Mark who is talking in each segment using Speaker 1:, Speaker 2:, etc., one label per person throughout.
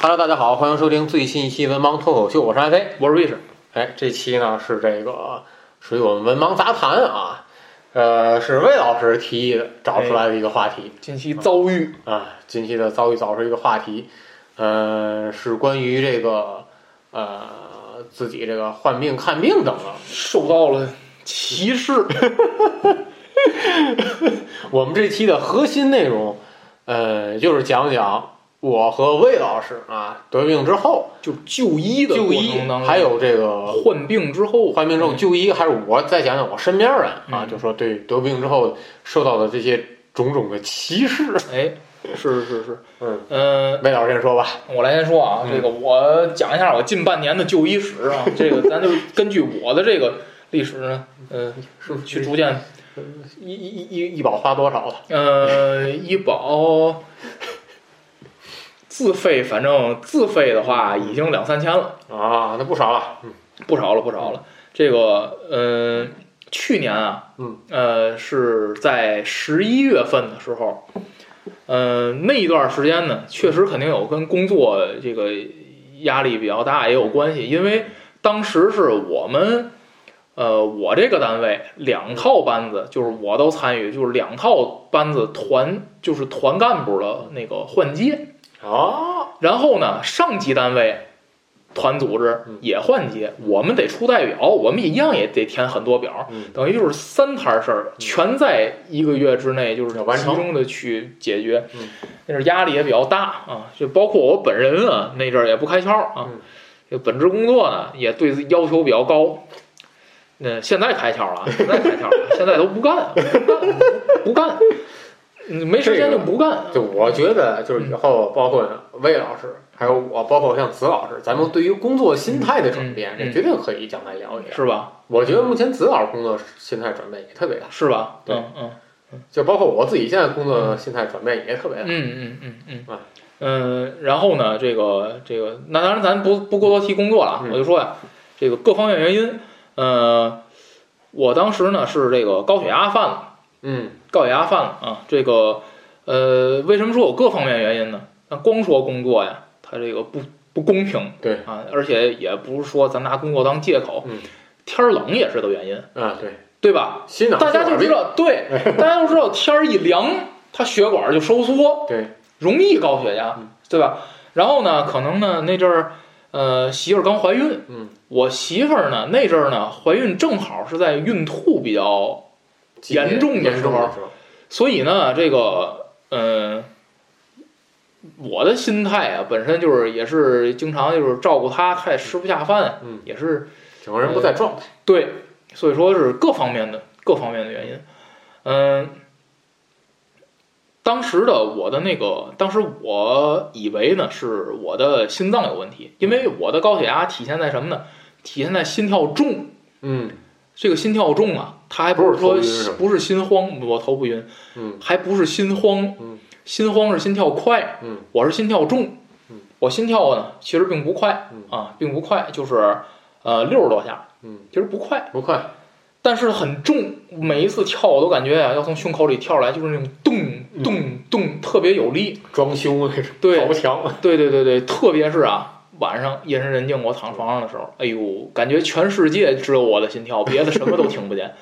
Speaker 1: Hello，大家好，欢迎收听最新一期《文盲脱口秀》，我是安飞。
Speaker 2: 我是 Rich，
Speaker 1: 哎，这期呢是这个属于我们文盲杂谈啊，呃，是魏老师提议的，找出来的一个话题
Speaker 2: 近期遭遇，
Speaker 1: 啊。近期的遭遇找出一个话题，呃，是关于这个呃自己这个患病、看病等等。
Speaker 2: 受到了歧视，
Speaker 1: 我们这期的核心内容，呃，就是讲讲我和魏老师啊得病之后
Speaker 2: 就就医的
Speaker 1: 就
Speaker 2: 过
Speaker 1: 医
Speaker 2: 程当，中，
Speaker 1: 还有这个
Speaker 2: 患病之后，
Speaker 1: 患病之后就医，还是我再讲讲我身边人啊，
Speaker 2: 嗯
Speaker 1: 就说对得病之后受到的这些种种的歧视。
Speaker 2: 哎，是是是，
Speaker 1: 嗯，
Speaker 2: 呃，
Speaker 1: 魏老师先说吧。
Speaker 2: 我来先说啊，
Speaker 1: 嗯
Speaker 2: 这个我讲一下我近半年的就医 史啊，这个咱就根据我的这个历史呢，呃，
Speaker 1: 是
Speaker 2: 去逐渐，
Speaker 1: 一一一一保花多少了？
Speaker 2: 呃，医保自费，反正自费的话已经两三千了。
Speaker 1: 啊，那不少了。嗯
Speaker 2: 不少了，不少了。这个，嗯、去年啊，
Speaker 1: 嗯，
Speaker 2: 呃，是在十一月份的时候，嗯、那一段时间呢，确实肯定有跟工作这个压力比较大也有关系，因为当时是我们，呃，我这个单位两套班子，就是我都参与，就是两套班子团，就是团干部的那个换届，
Speaker 1: 哦，
Speaker 2: 然后呢，上级单位团组织
Speaker 1: 嗯
Speaker 2: 也换届，我们得出代表，我们一样也得填很多表，
Speaker 1: 嗯
Speaker 2: 等于就是三摊事儿全在一个月之内，就是
Speaker 1: 要完
Speaker 2: 集
Speaker 1: 成
Speaker 2: 中的去解决
Speaker 1: 嗯，
Speaker 2: 那是压力也比较大啊，就包括我本人啊，那阵儿也不开窍啊
Speaker 1: 嗯，
Speaker 2: 这本职工作呢也对自己要求比较高。嗯，现在开窍了啊，现在开窍 了，现在都不干，不干，嗯没时间就不干。
Speaker 1: 就我觉得就是以后包括魏老师，还有我，包括像子老师，咱们对于工作心态的转变，
Speaker 2: 嗯嗯
Speaker 1: 这
Speaker 2: 嗯
Speaker 1: 绝对可以将来聊一聊。
Speaker 2: 是吧？
Speaker 1: 我觉得目前子老师工作心态转变也特别大，
Speaker 2: 是吧？
Speaker 1: 对
Speaker 2: 嗯嗯。
Speaker 1: 就包括我自己现在工作心态转变也特别大。
Speaker 2: 嗯嗯嗯嗯
Speaker 1: 啊。
Speaker 2: 嗯，然后呢，这个这个，那当然咱不不过多提工作了啊，
Speaker 1: 嗯
Speaker 2: 我就说呀，这个各方面原因，呃，我当时呢是这个高血压犯了，
Speaker 1: 嗯
Speaker 2: 高血压犯了啊，这个呃，为什么说有各方面原因呢？那光说工作呀，它这个不不公平，
Speaker 1: 嗯对
Speaker 2: 啊，而且也不是说咱拿工作当借口，
Speaker 1: 嗯
Speaker 2: 天儿冷也是个原因，
Speaker 1: 啊，对，
Speaker 2: 对吧？
Speaker 1: 心脑
Speaker 2: 大家就
Speaker 1: 血
Speaker 2: 知
Speaker 1: 管
Speaker 2: 道，对， 大家都知道天儿一凉，它血管就收缩，
Speaker 1: 对，
Speaker 2: 容易高血压
Speaker 1: 嗯，
Speaker 2: 对吧？然后呢，可能呢那阵儿，呃，媳妇儿刚怀孕，
Speaker 1: 嗯，
Speaker 2: 我媳妇儿呢那阵儿呢怀孕正好是在孕吐比较，
Speaker 1: 疾病
Speaker 2: 严重的
Speaker 1: 严重
Speaker 2: 时
Speaker 1: 的
Speaker 2: 候
Speaker 1: 时候，
Speaker 2: 所以呢这个，嗯、我的心态啊，本身就是也是经常就是照顾她，她也吃不下饭，
Speaker 1: 嗯
Speaker 2: 也是
Speaker 1: 整个人不在状态。
Speaker 2: 对，所以说是各方面的各方面的原因。嗯，当时的我的那个，当时我以为呢是我的心脏有问题，因为我的高血压体现在什么呢？体现在心跳重。
Speaker 1: 嗯
Speaker 2: 这个心跳重啊，它还不是
Speaker 1: 不
Speaker 2: 说
Speaker 1: 是头晕是吧
Speaker 2: 不是心慌，我头不晕，
Speaker 1: 嗯
Speaker 2: 还不是心慌
Speaker 1: 嗯，
Speaker 2: 心慌是心跳快，
Speaker 1: 嗯
Speaker 2: 我是心跳重
Speaker 1: 嗯，
Speaker 2: 我心跳呢其实并不快
Speaker 1: 嗯
Speaker 2: 啊，并不快，就是呃六十多下，
Speaker 1: 嗯，
Speaker 2: 其实不快。
Speaker 1: 不快，
Speaker 2: 但是很重，每一次跳我都感觉啊要从胸口里跳出来，就是那种
Speaker 1: 嗯
Speaker 2: 咚咚咚，特别有力。
Speaker 1: 装修那种
Speaker 2: 对
Speaker 1: 凿墙，
Speaker 2: 对对对对，特别是啊晚上夜深人静，我躺床上的时候，哎呦，感觉全世界只有我的心跳，别的什么都听不 见。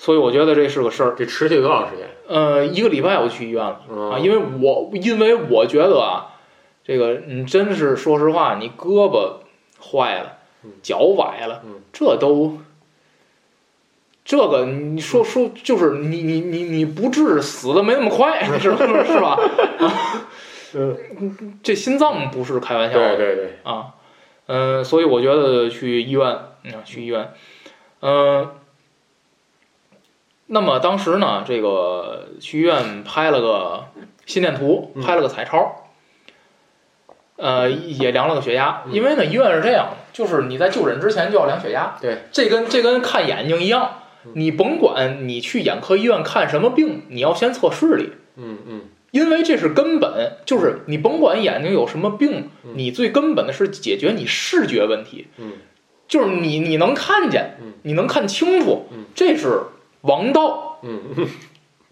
Speaker 2: 所以我觉得这是个事儿。
Speaker 1: 这持续多长时间？
Speaker 2: 呃，一个礼拜我去医院了啊，
Speaker 1: 嗯
Speaker 2: 因为我因为我觉得啊，这个你真是说实话，你胳膊坏了
Speaker 1: 嗯，
Speaker 2: 脚崴了
Speaker 1: 嗯，
Speaker 2: 这都。这个
Speaker 1: 嗯
Speaker 2: 你说说就是你你你你不治死的没那么快， 是不是是吧？
Speaker 1: 嗯，
Speaker 2: 这心脏不是开玩笑
Speaker 1: 对
Speaker 2: 的
Speaker 1: 对对，
Speaker 2: 啊，嗯、所以我觉得去医院啊，去医院，嗯、那么当时呢，这个去医院拍了个心电图，
Speaker 1: 嗯
Speaker 2: 拍了个彩超，呃，也量了个血压，
Speaker 1: 嗯
Speaker 2: 因为呢，医院是这样的，就是你在就诊之前就要量血压，
Speaker 1: 对，
Speaker 2: 这跟这跟看眼睛一样
Speaker 1: 嗯，
Speaker 2: 你甭管你去眼科医院看什么病，你要先测视力。
Speaker 1: 嗯嗯
Speaker 2: 因为这是根本，就是你甭管眼睛有什么病
Speaker 1: 嗯，
Speaker 2: 你最根本的是解决你视觉问题，
Speaker 1: 嗯
Speaker 2: 就是你你能看见
Speaker 1: 嗯，
Speaker 2: 你能看清楚
Speaker 1: 嗯，
Speaker 2: 这是王道。
Speaker 1: 嗯嗯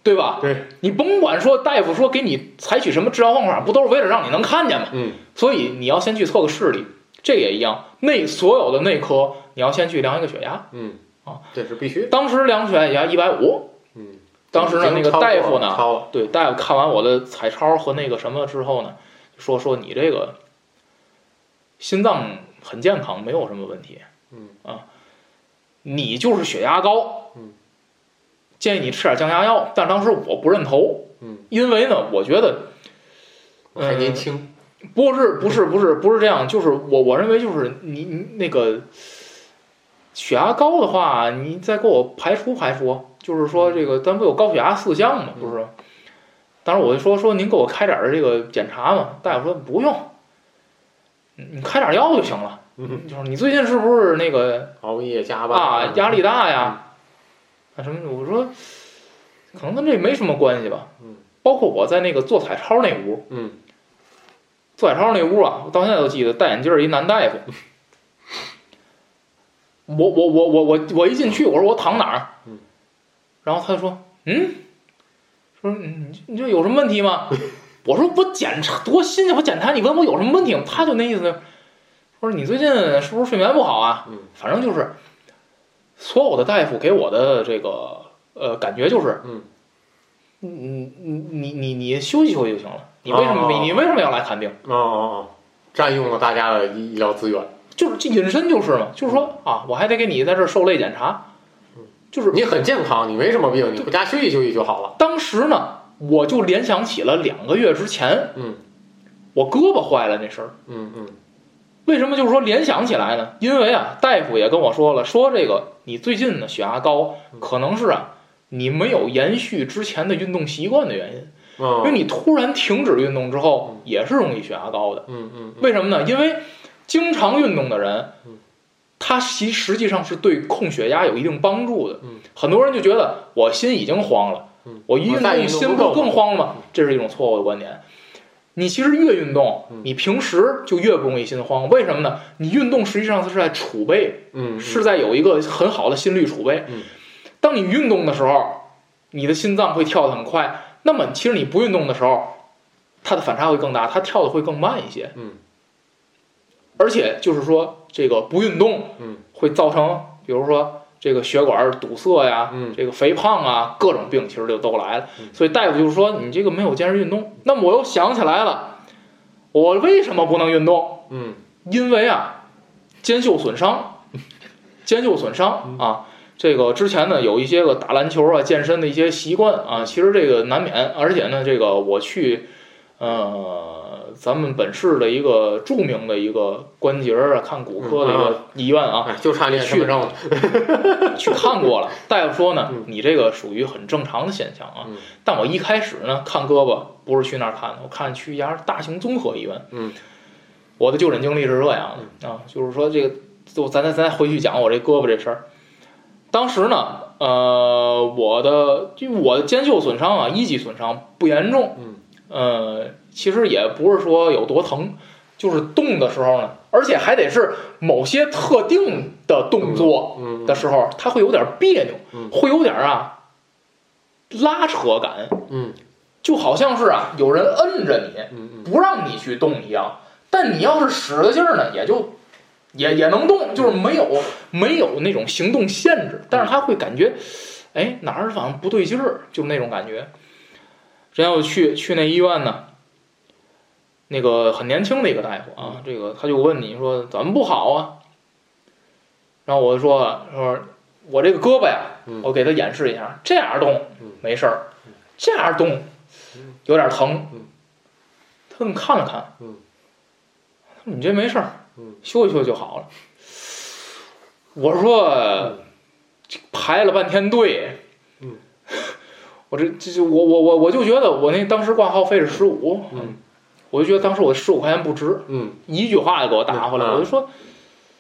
Speaker 2: 对吧？
Speaker 1: 对，
Speaker 2: 你甭管说大夫说给你采取什么治疗方法，不都是为了让你能看见吗？
Speaker 1: 嗯，
Speaker 2: 所以你要先去测个视力，这也一样。内所有的内科，你要先去量一个血压。
Speaker 1: 嗯，
Speaker 2: 啊，
Speaker 1: 这是必须。
Speaker 2: 当时量血压一百五，
Speaker 1: 嗯，
Speaker 2: 当时呢
Speaker 1: 已
Speaker 2: 那
Speaker 1: 经
Speaker 2: 个
Speaker 1: 超过
Speaker 2: 大夫呢，
Speaker 1: 超了，
Speaker 2: 对大夫看完我的彩超和那个什么之后呢，就说说你这个心脏很健康，没有什么问题。
Speaker 1: 嗯
Speaker 2: 啊，你就是血压高。
Speaker 1: 嗯，
Speaker 2: 建议你吃点降压药，但当时我不认头。
Speaker 1: 嗯，
Speaker 2: 因为呢，我觉得，嗯、
Speaker 1: 还年轻，
Speaker 2: 不是不是不是不是这样，就是我我认为就是你你那个血压高的话，你再给我排除排除，就是说这个咱不有高血压四项吗？
Speaker 1: 嗯
Speaker 2: 不是？当时我就说说您给我开点儿这个检查嘛，大夫说不用，你你开点儿药就行了。
Speaker 1: 嗯，
Speaker 2: 就是你最近是不是那个
Speaker 1: 熬夜加班
Speaker 2: 啊，压力大呀，啊什么的？我说，可能跟这没什么关系吧。
Speaker 1: 嗯，
Speaker 2: 包括我在那个做彩超那屋，
Speaker 1: 嗯，
Speaker 2: 做彩超那屋啊，我到现在都记得，戴眼镜儿一男大夫。我我我我我我一进去，我说我躺哪儿？
Speaker 1: 嗯，
Speaker 2: 然后他就说，嗯，说嗯你你这有什么问题吗？我说我检查多新鲜，我检查你问我有什么问题吗？他就那意思，说你最近是不是睡眠不好啊？
Speaker 1: 嗯，
Speaker 2: 反正就是所有的大夫给我的这个呃感觉就是，
Speaker 1: 嗯
Speaker 2: 你，你你你你你休息休息就行了。你为什么、
Speaker 1: 哦
Speaker 2: 你你为什么要来看病？
Speaker 1: 哦哦哦，占用了大家的医医疗资源，
Speaker 2: 就是这引申就是嘛，就是说啊，我还得给你在这儿受累检查
Speaker 1: 嗯，
Speaker 2: 就是
Speaker 1: 你很健康，你没什么病，你回家休息休息就好了。
Speaker 2: 当时呢，我就联想起了两个月之前，
Speaker 1: 嗯，
Speaker 2: 我胳膊坏了那事儿。
Speaker 1: 嗯嗯
Speaker 2: 为什么就是说联想起来呢？因为啊，大夫也跟我说了，说这个你最近的血压高，
Speaker 1: 嗯
Speaker 2: 可能是啊你没有延续之前的运动习惯的原因，因为
Speaker 1: 嗯
Speaker 2: 你突然停止运动之后
Speaker 1: 嗯，
Speaker 2: 也是容易血压高的。
Speaker 1: 嗯嗯嗯，
Speaker 2: 为什么呢？因为经常运动的人
Speaker 1: 嗯，
Speaker 2: 他其实际上是对控血压有一定帮助的
Speaker 1: 嗯。
Speaker 2: 很多人就觉得我心已经慌了
Speaker 1: 嗯，
Speaker 2: 我一运
Speaker 1: 我再运
Speaker 2: 动
Speaker 1: 动
Speaker 2: 心
Speaker 1: 不
Speaker 2: 不
Speaker 1: 够
Speaker 2: 更慌了吗？这是一种错误的观点。你其实越运动
Speaker 1: 嗯，
Speaker 2: 你平时就越不容易心慌。为什么呢？你运动实际上是在储备，
Speaker 1: 嗯嗯
Speaker 2: 是在有一个很好的心率储备
Speaker 1: 嗯。
Speaker 2: 当你运动的时候，你的心脏会跳得很快。那么其实你不运动的时候，它的反差会更大，它跳得会更慢一些。
Speaker 1: 嗯
Speaker 2: 而且就是说这个不运动，
Speaker 1: 嗯，
Speaker 2: 会造成比如说这个血管堵塞呀，
Speaker 1: 嗯
Speaker 2: 这个肥胖啊，各种病其实就都来了。
Speaker 1: 嗯
Speaker 2: 所以大夫就是说你这个没有坚持运动。那么我又想起来了，我为什么不能运动？
Speaker 1: 嗯
Speaker 2: 因为啊，肩袖损伤，肩袖损伤啊。这个之前呢，有一些个打篮球啊、健身的一些习惯啊，其实这个难免。而且呢，这个我去，呃，咱们本市的一个著名的一个关节儿啊，看骨科的一个医院啊，
Speaker 1: 哎，就差练身份证了。
Speaker 2: 去看过了。大夫说呢
Speaker 1: 嗯，
Speaker 2: 你这个属于很正常的现象啊。
Speaker 1: 嗯
Speaker 2: 但我一开始呢，看胳膊不是去那儿看的，我看去一家大型综合医院。
Speaker 1: 嗯，
Speaker 2: 我的就诊经历是这样的啊，就是说这个，就咱咱咱回去讲我这胳膊这事儿。当时呢，呃，我的就我的肩袖损伤啊，一级损伤不严重，
Speaker 1: 嗯
Speaker 2: 呃，其实也不是说有多疼，就是动的时候呢，而且还得是某些特定的动作，
Speaker 1: 嗯
Speaker 2: 的时候，它会有点别扭，
Speaker 1: 嗯
Speaker 2: 会有点啊拉扯感，
Speaker 1: 嗯
Speaker 2: 就好像是啊有人摁着你，
Speaker 1: 嗯
Speaker 2: 不让你去动一样。但你要是使了劲儿呢，也就也也能动，就是没有没有那种行动限制，但是他会感觉，哎哪儿好像不对劲儿，就是那种感觉。然后去去那医院呢，那个很年轻的一个大夫啊，这个他就问你说怎么不好啊？然后我就说说，我这个胳膊呀
Speaker 1: 嗯，
Speaker 2: 我给他演示一下，这样动
Speaker 1: 嗯
Speaker 2: 没事儿，这样动
Speaker 1: 嗯
Speaker 2: 有点疼
Speaker 1: 嗯。
Speaker 2: 他这么看了看，
Speaker 1: 嗯
Speaker 2: 他说你这没事儿
Speaker 1: 嗯，
Speaker 2: 休息休息就好了。我说排了半天队
Speaker 1: 嗯，
Speaker 2: 我这这这我我我我就觉得我那当时挂号费是十五，
Speaker 1: 嗯
Speaker 2: 我就觉得当时我十五块钱不值，
Speaker 1: 嗯
Speaker 2: 一句话就给我打回来，
Speaker 1: 嗯
Speaker 2: 我就说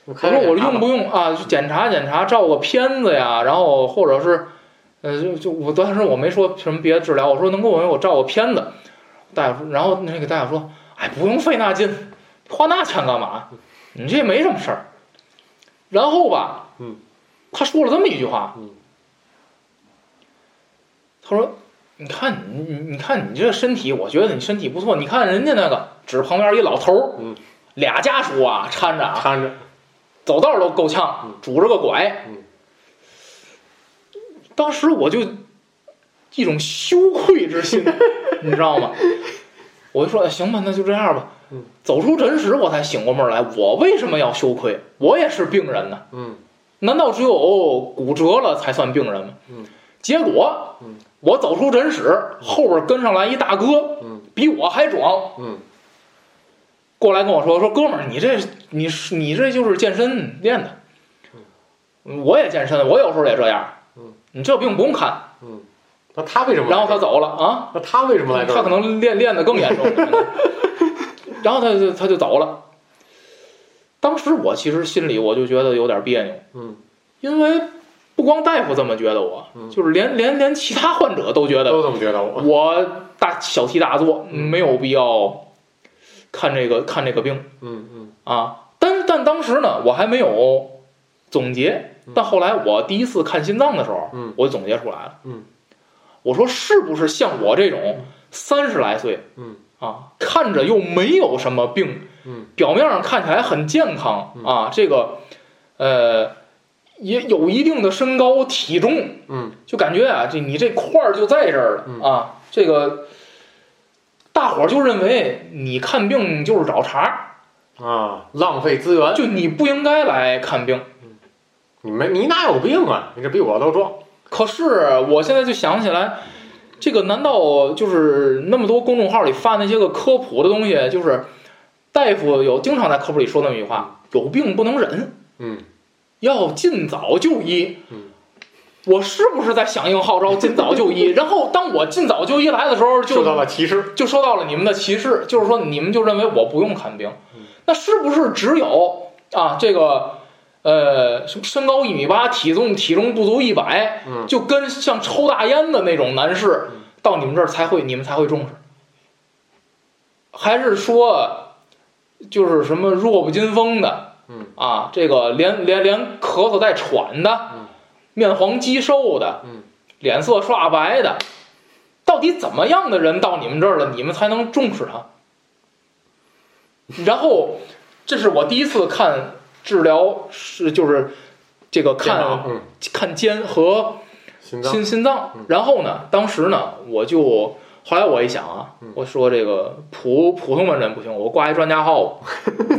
Speaker 1: 嗯，
Speaker 2: 我说我用不用啊？去检查检查，照个片子呀，然后或者是，呃，就就我当时我没说什么别的治疗，我说能给我我照个片子。大夫，然后那个大夫说，哎，不用费那劲，花那钱干嘛？你这也没什么事儿。然后吧，
Speaker 1: 嗯，
Speaker 2: 他说了这么一句话，
Speaker 1: 嗯
Speaker 2: 他说你看你你你看你这身体，我觉得你身体不错。你看人家那个，指旁边一老头儿，
Speaker 1: 嗯，
Speaker 2: 俩家属啊，搀着啊，
Speaker 1: 搀着，
Speaker 2: 走道儿都够呛
Speaker 1: 嗯，
Speaker 2: 拄着个拐。
Speaker 1: 嗯
Speaker 2: 当时我就一种羞愧之 心，你知道吗？我就说哎行吧，那就这样吧
Speaker 1: 嗯。
Speaker 2: 走出诊室，我才醒过味儿来，我为什么要羞愧？我也是病人呢。
Speaker 1: 嗯
Speaker 2: 难道只有哦骨折了才算病人吗？
Speaker 1: 嗯，
Speaker 2: 结果，
Speaker 1: 嗯
Speaker 2: 我走出诊室，后边跟上来一大哥，
Speaker 1: 嗯
Speaker 2: 比我还壮，
Speaker 1: 嗯
Speaker 2: 过来跟我说说，哥们儿，你这你是你这就是健身练的，我也健身，我有时候也这样
Speaker 1: 嗯，
Speaker 2: 你这病不用看。
Speaker 1: 嗯，那他为什么？
Speaker 2: 然后他，走了啊，
Speaker 1: 那他为什么来这儿？
Speaker 2: 他可能练练的更严重， 然后他就他就走了。当时我其实心里我就觉得有点别扭。
Speaker 1: 嗯，
Speaker 2: 因为不光大夫这么觉得我，
Speaker 1: 嗯
Speaker 2: 就是连连连其他患者都觉得
Speaker 1: 都这么觉得我。
Speaker 2: 我大小题大做，
Speaker 1: 嗯
Speaker 2: 没有必要看这个看这个病
Speaker 1: 嗯嗯
Speaker 2: 啊。但但当时呢，我还没有总结
Speaker 1: 嗯。
Speaker 2: 但后来我第一次看心脏的时候，
Speaker 1: 嗯
Speaker 2: 我就总结出来了。
Speaker 1: 嗯，
Speaker 2: 我说是不是像我这种三十来岁
Speaker 1: 嗯
Speaker 2: 啊，看着又没有什么病，
Speaker 1: 嗯
Speaker 2: 表面上看起来很健康
Speaker 1: 嗯
Speaker 2: 啊，这个呃也有一定的身高体重，
Speaker 1: 嗯
Speaker 2: 就感觉啊，这你这块儿就在这儿了、
Speaker 1: 嗯
Speaker 2: 啊，这个大伙儿就认为你看病就是找茬儿，
Speaker 1: 啊，浪费资源，
Speaker 2: 就你不应该来看病。
Speaker 1: 你没你哪有病啊？你这比我都壮。
Speaker 2: 可是我现在就想起来，这个难道就是那么多公众号里发那些个科普的东西，就是大夫有经常在科普里说那么一句话：有病不能忍。
Speaker 1: 嗯
Speaker 2: 要尽早就医。
Speaker 1: 嗯
Speaker 2: 我是不是在响应号召尽早就医？然后当我尽早就医来的时候，
Speaker 1: 受到
Speaker 2: 就
Speaker 1: 了歧视。
Speaker 2: 就收到了你们的歧视，就是说你们就认为我不用看病
Speaker 1: 嗯。
Speaker 2: 那是不是只有啊这个呃什么身高一米八，体重体重不足一百，
Speaker 1: 嗯
Speaker 2: 就跟像抽大烟的那种男士
Speaker 1: 嗯
Speaker 2: 到你们这儿才会你们才会重视？还是说就是什么弱不禁风的？
Speaker 1: 嗯
Speaker 2: 啊，这个连连连咳嗽带喘的，
Speaker 1: 嗯
Speaker 2: 面黄肌瘦的，
Speaker 1: 嗯
Speaker 2: 脸色刷白的，到底怎么样的人到你们这儿了，你们才能重视他？然后，这是我第一次看治疗是就是这个
Speaker 1: 电
Speaker 2: 看
Speaker 1: 脑嗯，
Speaker 2: 看肩和
Speaker 1: 心脏。
Speaker 2: 心心脏
Speaker 1: 嗯。
Speaker 2: 然后呢，当时呢，我就后来我一想啊
Speaker 1: 嗯，
Speaker 2: 我说这个普普通文人不行，我挂一专家号 吧，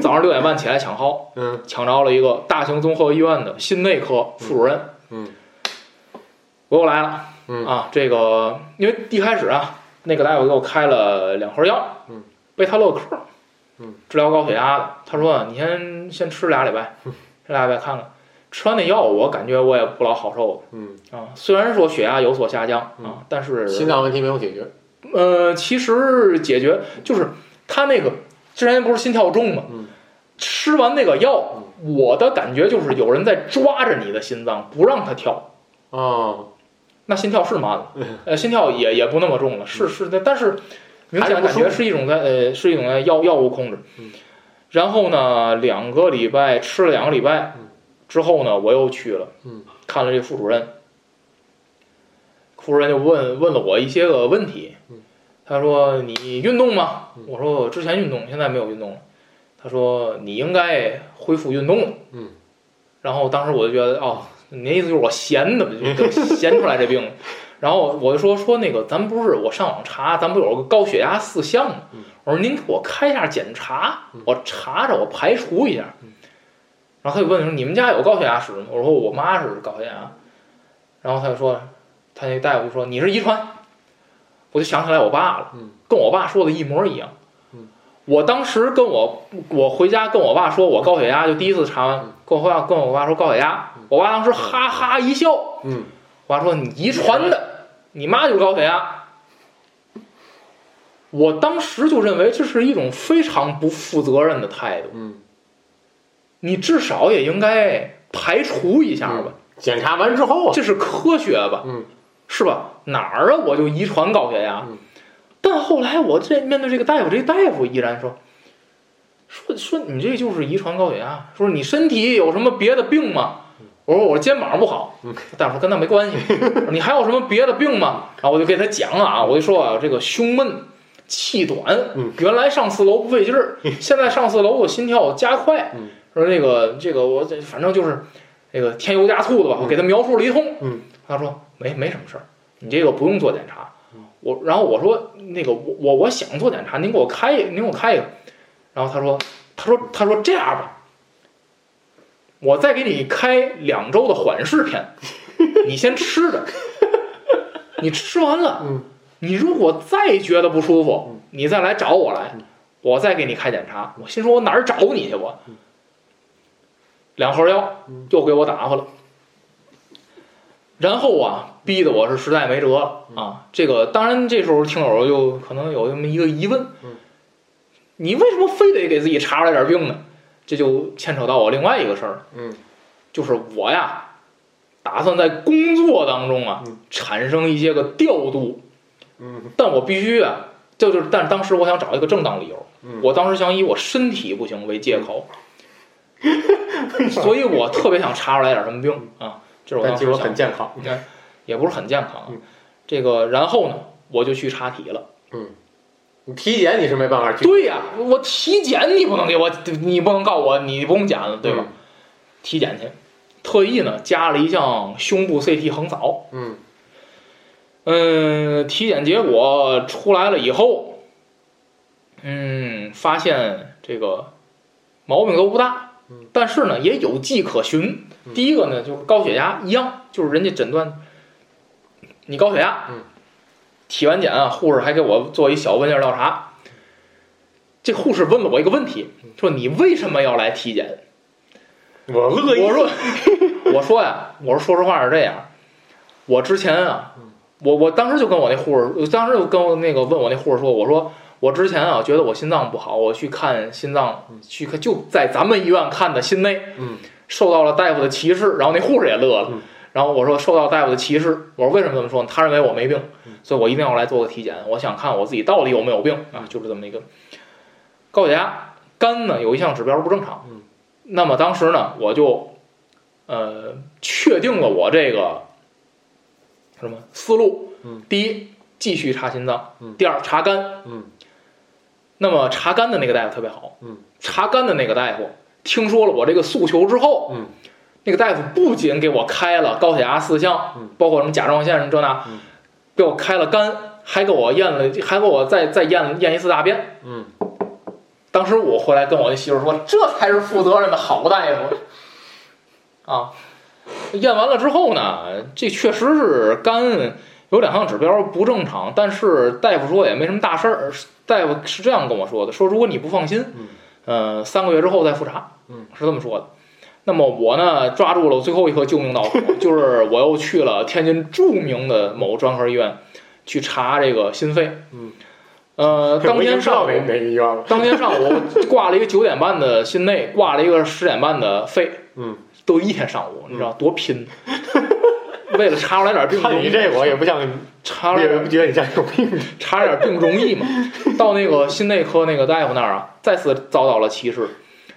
Speaker 2: 早上六点半起来抢号，
Speaker 1: 嗯
Speaker 2: 抢着了一个大型综合医院的心内科副主任，
Speaker 1: 嗯
Speaker 2: 我又来了，
Speaker 1: 嗯
Speaker 2: 啊，这个因为一开始啊，那个大夫给我开了两盒药，
Speaker 1: 嗯，
Speaker 2: 贝塔乐克，
Speaker 1: 嗯，
Speaker 2: 治疗高血压的。他说你先先吃俩 礼拜，这俩礼拜看看。吃完那药，我感觉我也不老好受
Speaker 1: 嗯，
Speaker 2: 啊。虽然说血压有所下降
Speaker 1: 嗯
Speaker 2: 啊，但是
Speaker 1: 心脏问题没有解决。
Speaker 2: 呃，其实解决就是他那个之前不是心跳重吗？
Speaker 1: 嗯
Speaker 2: 吃完那个药，我的感觉就是有人在抓着你的心脏，不让它跳。
Speaker 1: 哦，
Speaker 2: 那心跳是慢了，
Speaker 1: 嗯
Speaker 2: 呃，心跳也也不那么重了，是是的，但是明显感觉是一种在呃是一种在药药物控制
Speaker 1: 嗯。
Speaker 2: 然后呢，两个礼拜吃了两个礼拜
Speaker 1: 嗯
Speaker 2: 之后呢，我又去了，
Speaker 1: 嗯
Speaker 2: 看了这副主任，副主任就问问了我一些个问题
Speaker 1: 嗯，
Speaker 2: 他说你运动吗
Speaker 1: 嗯？
Speaker 2: 我说我之前运动，现在没有运动了。他说你应该恢复运动了。
Speaker 1: 嗯，
Speaker 2: 然后当时我就觉得哦，你的意思就是我闲的， 就闲出来这病了。然后我就说说那个，咱不是我上网查，咱不有个高血压四项吗
Speaker 1: 嗯？
Speaker 2: 我说您给我开一下检查
Speaker 1: 嗯，
Speaker 2: 我查查，我排除一下
Speaker 1: 嗯。
Speaker 2: 然后他就问说你们家有高血压史吗？我说我妈是高血压。然后他就说，他那大夫就说你是遗传，我就想起来我爸了
Speaker 1: 嗯，
Speaker 2: 跟我爸说的一模一样
Speaker 1: 嗯。
Speaker 2: 我当时跟我我回家跟我爸说我高血压，就第一次查完
Speaker 1: 嗯，
Speaker 2: 跟我爸跟我爸说高血压
Speaker 1: 嗯，
Speaker 2: 我爸当时哈哈一笑，
Speaker 1: 嗯
Speaker 2: 我爸说你遗传的，你妈就是高血压。我当时就认为这是一种非常不负责任的态度，
Speaker 1: 嗯，
Speaker 2: 你至少也应该排除一下吧，
Speaker 1: 检查完之后啊，
Speaker 2: 这是科学吧，
Speaker 1: 嗯
Speaker 2: 是吧？哪儿啊，我就遗传高血压。
Speaker 1: 嗯
Speaker 2: 但后来我这面对这个大夫，这大夫依然说，说说你这就是遗传高血压，说你身体有什么别的病吗？我说我肩膀不好
Speaker 1: 嗯，
Speaker 2: 大夫说跟那没关系，你还有什么别的病吗？啊，我就给他讲啊，我就说啊，这个胸闷、气短
Speaker 1: 嗯，
Speaker 2: 原来上四楼不费 劲儿，现在上四楼我心跳加快
Speaker 1: 嗯，
Speaker 2: 说这个这个我这反正就是这个添油加醋的吧，我给他描述了一通
Speaker 1: 嗯，
Speaker 2: 他说没没什么事儿，你这个不用做检查
Speaker 1: 嗯。
Speaker 2: 我然后我说那个我我我想做检查，您给我开一您给我开一个，然后他说他说他说这样吧，我再给你开两周的缓 释片，你先吃着，你吃完了，
Speaker 1: 嗯
Speaker 2: 你如果再觉得不舒服
Speaker 1: 嗯，
Speaker 2: 你再来找我来
Speaker 1: 嗯，
Speaker 2: 我再给你开检查。我心说，我哪儿找你去？我
Speaker 1: 嗯
Speaker 2: 两盒药
Speaker 1: 嗯
Speaker 2: 又给我打发了，然后啊，逼得我是实在没辙了
Speaker 1: 嗯
Speaker 2: 啊。这个当然，这时候听友就可能有这么一个疑问
Speaker 1: 嗯：
Speaker 2: 你为什么非得给自己查出来点病呢？这就牵扯到我另外一个事儿了。
Speaker 1: 嗯
Speaker 2: 就是我呀，打算在工作当中啊
Speaker 1: 嗯，
Speaker 2: 产生一些个调度，
Speaker 1: 嗯
Speaker 2: 但我必须啊，这就是，但当时我想找一个正当理由，
Speaker 1: 嗯，
Speaker 2: 我当时想以我身体不行为借口， 所以我特别想查出来点什么病啊，这是
Speaker 1: 嗯
Speaker 2: 我
Speaker 1: 但
Speaker 2: 当
Speaker 1: 结果
Speaker 2: 时
Speaker 1: 很
Speaker 2: 想，
Speaker 1: 健康。
Speaker 2: 也不是很健康啊
Speaker 1: 嗯，
Speaker 2: 这个，然后呢，我就去查体了。
Speaker 1: 你体检你是没办法去，
Speaker 2: 对呀、我体检你不能给我，你不能告我，你不用检了，
Speaker 1: 嗯
Speaker 2: 对吧？体检去，特意呢加了一项胸部 CT 横扫。
Speaker 1: 嗯？
Speaker 2: 嗯，体检结果出来了以后，嗯，发现这个毛病都不大
Speaker 1: 嗯，
Speaker 2: 但是呢也有迹可循。
Speaker 1: 嗯
Speaker 2: 第一个呢就是高血压一样，就是人家诊断你高血压，
Speaker 1: 嗯
Speaker 2: 体完检啊，护士还给我做一小问卷调查。这护士问了我一个问题，说你为什么要来体检？
Speaker 1: 嗯，我乐意。
Speaker 2: 我啊 说，我说呀，我说说实话是这样，我之前啊
Speaker 1: 嗯，
Speaker 2: 我我当时就跟我那护士，我当时就跟我那个问我那护士说，我说我之前啊觉得我心脏不好，我去看心脏
Speaker 1: 嗯，
Speaker 2: 去看就在咱们医院看的心内，
Speaker 1: 嗯
Speaker 2: 受到了大夫的歧视，然后那护士也乐了。
Speaker 1: 嗯
Speaker 2: 然后我说受到大夫的歧视，我说为什么这么说呢？他认为我没病
Speaker 1: 嗯，
Speaker 2: 所以我一定要来做个体检，我想看我自己到底有没有病啊，就是这么一个。高血压、肝呢有一项指标不正常，
Speaker 1: 嗯
Speaker 2: 那么当时呢我就呃确定了我这个什么思路，
Speaker 1: 嗯
Speaker 2: 第一继续查心脏，
Speaker 1: 嗯
Speaker 2: 第二查肝，
Speaker 1: 嗯
Speaker 2: 那么查肝的那个大夫特别好，
Speaker 1: 嗯，
Speaker 2: 查肝的那个大夫听说了我这个诉求之后，
Speaker 1: 嗯，
Speaker 2: 那个大夫不仅给我开了高血压四项，
Speaker 1: 嗯，
Speaker 2: 包括什么甲状腺什么这那，
Speaker 1: 嗯
Speaker 2: 给我开了肝，还给我验了，还给我再再验验一次大便。
Speaker 1: 嗯
Speaker 2: 当时我回来跟我那媳妇说，这才是负责任的好大夫啊！验完了之后呢，这确实是肝有两项指标不正常，但是大夫说也没什么大事儿。大夫是这样跟我说的，说如果你不放心，
Speaker 1: 嗯
Speaker 2: 呃，三个月之后再复查，
Speaker 1: 嗯，
Speaker 2: 是这么说的。那么我呢，抓住了最后一颗救 命稻草，就是我又去了天津著名的某专科医院去查这个心肺，
Speaker 1: 嗯，
Speaker 2: 呃，当
Speaker 1: 我已经
Speaker 2: 天
Speaker 1: 知道
Speaker 2: 上午
Speaker 1: 哪哪个医院 了。
Speaker 2: 当天上午挂了一个九点半的心内，挂了一个十点半的肺，
Speaker 1: 嗯，
Speaker 2: 都一天上午，你知道多拼， 为了查出来点病
Speaker 1: 看
Speaker 2: 容
Speaker 1: 你
Speaker 2: 易，
Speaker 1: 这我也不 像，
Speaker 2: 查出来
Speaker 1: 也
Speaker 2: 点
Speaker 1: 不觉得你像有病。
Speaker 2: 查点病容 易嘛。到那个心内科那个大夫那儿啊，再次遭到了歧视。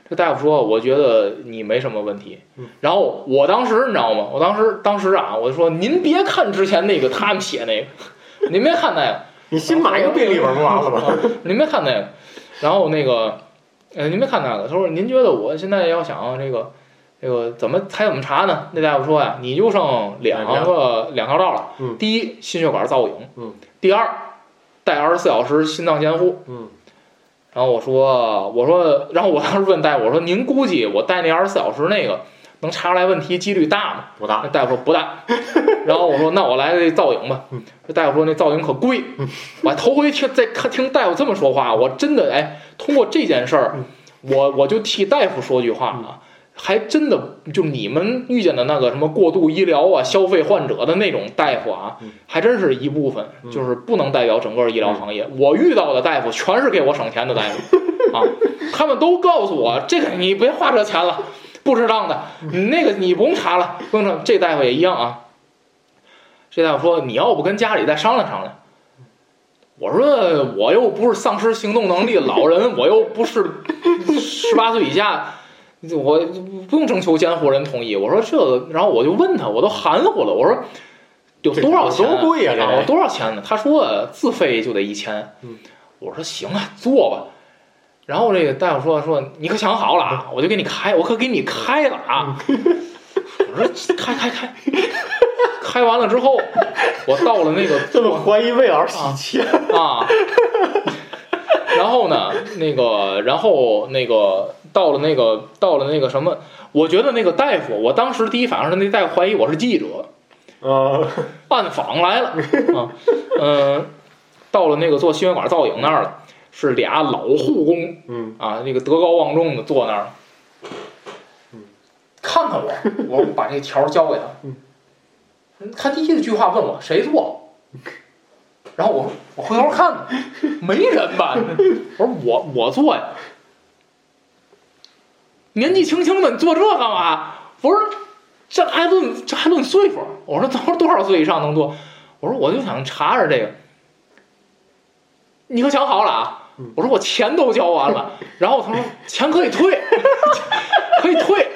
Speaker 2: 这大夫说：“我觉得你没什么问题。
Speaker 1: 嗯”
Speaker 2: 然后我当时你知道吗？我当时当时啊，我就说：“您别看之前那个他们写那个，您别看那个，
Speaker 1: 你新买一个病历本不完了 吗？
Speaker 2: 啊 您别看那个，然后那个，呃，您别看那个，他说您觉得我现在要想这个，这个怎么才怎么查呢？那大夫说呀，你就剩两
Speaker 1: 两
Speaker 2: 个两条道了，
Speaker 1: 嗯
Speaker 2: 第一心血管造影，
Speaker 1: 嗯，
Speaker 2: 第二带二十四小时心脏监护。
Speaker 1: 嗯
Speaker 2: 然后我说，我说，然后我当时问大夫，我说您估计我带那二十四小时那个能查出来问题几率大吗？
Speaker 1: 不大。
Speaker 2: 那大夫说不大， 然后我说那我来个造影吧
Speaker 1: 嗯。
Speaker 2: 这大夫说那造影可贵，我还头回听在看听大夫这么说话，我真的哎，通过这件事儿
Speaker 1: 嗯，
Speaker 2: 我我就替大夫说句话啊，还真的就你们遇见的那个什么过度医疗啊、消费患者的那种大夫啊
Speaker 1: 嗯，
Speaker 2: 还真是一部分，
Speaker 1: 嗯
Speaker 2: 就是不能代表整个医疗行业。我遇到的大夫全是给我省钱的大 夫啊，他们都告诉我这个你别花这钱了。不值当的，你嗯那个你不用查了，不用查。这大夫也一样啊。这大夫说：“你要不跟家里再商量商量。”我说：“我又不是丧失行动能力的老人，我又不是十八岁以下我不用征求监护人同意。我说这个，然后我就问他，我都含糊了，我说有多少钱？
Speaker 1: 这多贵呀这
Speaker 2: 啊，有多少钱呢？他说自费就得一千。
Speaker 1: 嗯，
Speaker 2: 我说行啊，做吧。然后这个大夫说说你可想好了啊，
Speaker 1: 嗯
Speaker 2: 我就给你开，我可给你开了啊。我说开开开，开完了之后，我到了那个
Speaker 1: 这么怀疑魏老师洗钱？
Speaker 2: 啊。然后呢，那个，然后那个，到了那个，到了那个什么，我觉得那个大夫，我当时第一反应是那大夫怀疑我是记者，
Speaker 1: 呃，
Speaker 2: 暗访来了啊，嗯、到了那个做新闻馆造影那儿了，是俩老护工
Speaker 1: 嗯，
Speaker 2: 啊，那个德高望重的坐那儿
Speaker 1: 嗯，
Speaker 2: 看看我， 我把这条交给他
Speaker 1: 嗯，
Speaker 2: 他第一句话问我谁做。 然后我我回头看，没人 吧？我说我我做呀，年纪轻轻的你做这干嘛？我说这还论这还论岁数？我说多多少岁以上能做？我说我就想查查这个。你可想好了啊
Speaker 1: 嗯？
Speaker 2: 我说我钱都交完了，然后他说钱可以退， 可以退。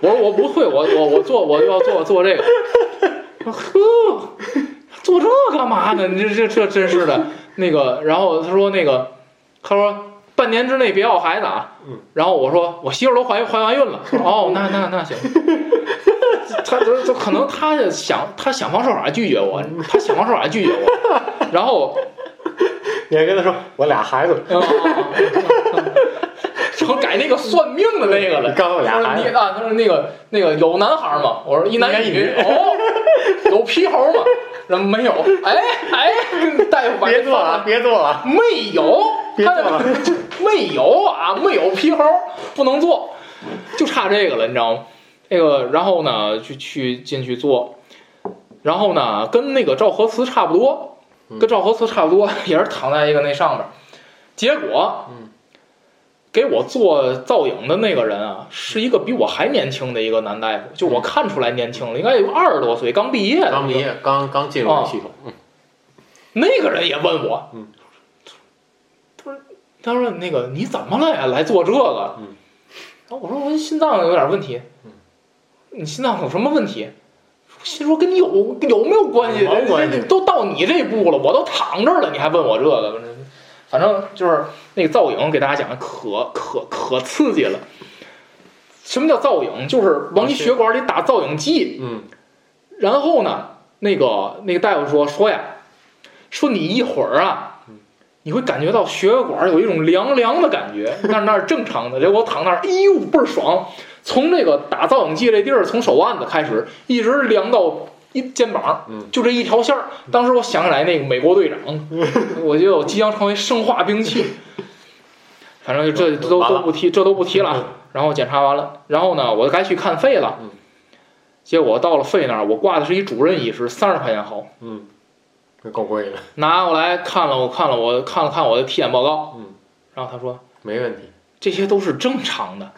Speaker 2: 我说我不退，我我我做我要做做这个。我说呵，做这干嘛呢？你这这这真是的。那个，然后他说那个，他说半年之内别要孩子啊。
Speaker 1: 嗯。
Speaker 2: 然后我说我媳妇儿都怀怀完孕了。哦，那那那行。他他他可能他想他想方设法拒绝我，他想方设法拒绝我。然后
Speaker 1: 你还跟他说我俩孩子，
Speaker 2: 啊，成改那个算命的那个了
Speaker 1: 你。刚有俩
Speaker 2: 他说
Speaker 1: 孩
Speaker 2: 你
Speaker 1: 子，
Speaker 2: 啊，他说那个那个有男孩吗？我说一男
Speaker 1: 一男一女
Speaker 2: 哦，有皮猴吗？然后没有。哎哎，大夫把这
Speaker 1: 别做了，别做了，
Speaker 2: 没有，
Speaker 1: 别
Speaker 2: 他
Speaker 1: 做了
Speaker 2: 没有啊，没有皮猴不能做，就差这个了，你知道吗？这个，然后呢，去去进去做，然后呢，跟那个赵和慈差不多，
Speaker 1: 嗯
Speaker 2: 跟赵和慈差不多， 也是躺在一个那上面，结果，
Speaker 1: 嗯
Speaker 2: 给我做造影的那个人啊，是一个比我还年轻的一个男大夫，就我看出来年轻了，应该有二十多岁，刚毕业的，
Speaker 1: 嗯 刚毕业，刚刚进入这系统，嗯
Speaker 2: 那个人也问我，
Speaker 1: 嗯
Speaker 2: 他说，他说那个你怎么了呀？来做这个？
Speaker 1: 嗯
Speaker 2: 然后我说我心脏有点问题。
Speaker 1: 嗯
Speaker 2: 你心脏有什么问题？我心说跟你有有没有关系？
Speaker 1: 有毛关系
Speaker 2: 这这都到你这步了，我都躺这儿了，你还问我这个？反正就是那个造影，给大家讲的可可可刺激了。什么叫造影？就是往你血管里打造影剂。
Speaker 1: 嗯，
Speaker 2: 然后呢，那个那个大夫说说呀，说你一会儿啊
Speaker 1: 嗯，
Speaker 2: 你会感觉到血管有一种凉凉的感觉，那那是正常的。结果我躺那儿，哎呦倍儿爽，从这个打造影剂这地儿，从手腕子开始，一直凉到一肩膀，
Speaker 1: 嗯
Speaker 2: 就这一条线儿。当时我想起来那个美 国队长，我觉得我即将成为生化兵器。反正就这这都
Speaker 1: 完了
Speaker 2: 都不提，这都不提了啊。然后检查完了，然后呢，我该去看肺了
Speaker 1: 嗯。
Speaker 2: 结果到了肺那儿，我挂的是一主任医师，三十块钱号，
Speaker 1: 嗯，这够贵的，
Speaker 2: 拿过来看了，我看了，我看了看我的体检报告，
Speaker 1: 嗯，
Speaker 2: 然后他说
Speaker 1: 没问题，
Speaker 2: 这些都是正常的。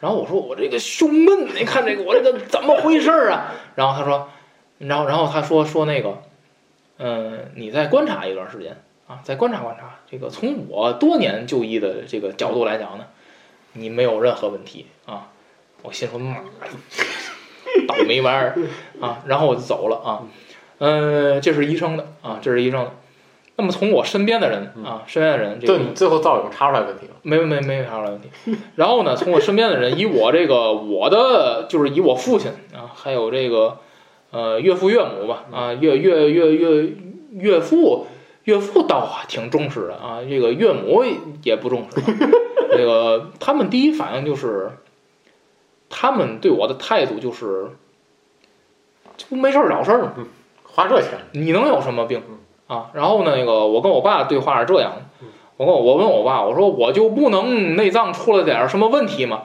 Speaker 2: 然后我说我这个胸闷，你看这个我这个怎么回事儿啊？然后他说，然后然后他说说那个，嗯、你再观察一段时间啊，再观察观察。这个从我多年就医的这个角度来讲呢，你没有任何问题啊。我心说妈，倒霉玩意儿啊！然后我就走了啊。嗯、这是医生的啊，这是医生的。那么从我身边的人啊，身边的人，这
Speaker 1: 就
Speaker 2: 个
Speaker 1: 你最后造影查出来问题了，
Speaker 2: 没没没啥问题。然后呢，从我身边的人，以我这个我的就是以我父亲啊，还有这个呃岳父岳母吧啊，岳岳岳岳岳父岳父倒还挺重视的啊，这个岳母也不重视、啊。这个他们第一反应就是，他们对我的态度就是，这不没事儿找事儿吗？
Speaker 1: 花这钱，
Speaker 2: 你能有什么病啊？然后那个我跟我爸对话是这样的
Speaker 1: 嗯，
Speaker 2: 我跟我我问我爸，我说我就不能内脏出了点儿什么问题吗？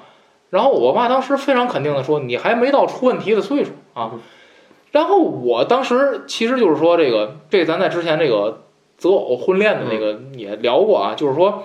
Speaker 2: 然后我爸当时非常肯定的说，你还没到出问题的岁数啊
Speaker 1: 嗯。
Speaker 2: 然后我当时其实就是说这个，这咱在之前这个择偶婚恋的那个
Speaker 1: 嗯
Speaker 2: 也聊过啊，就是说，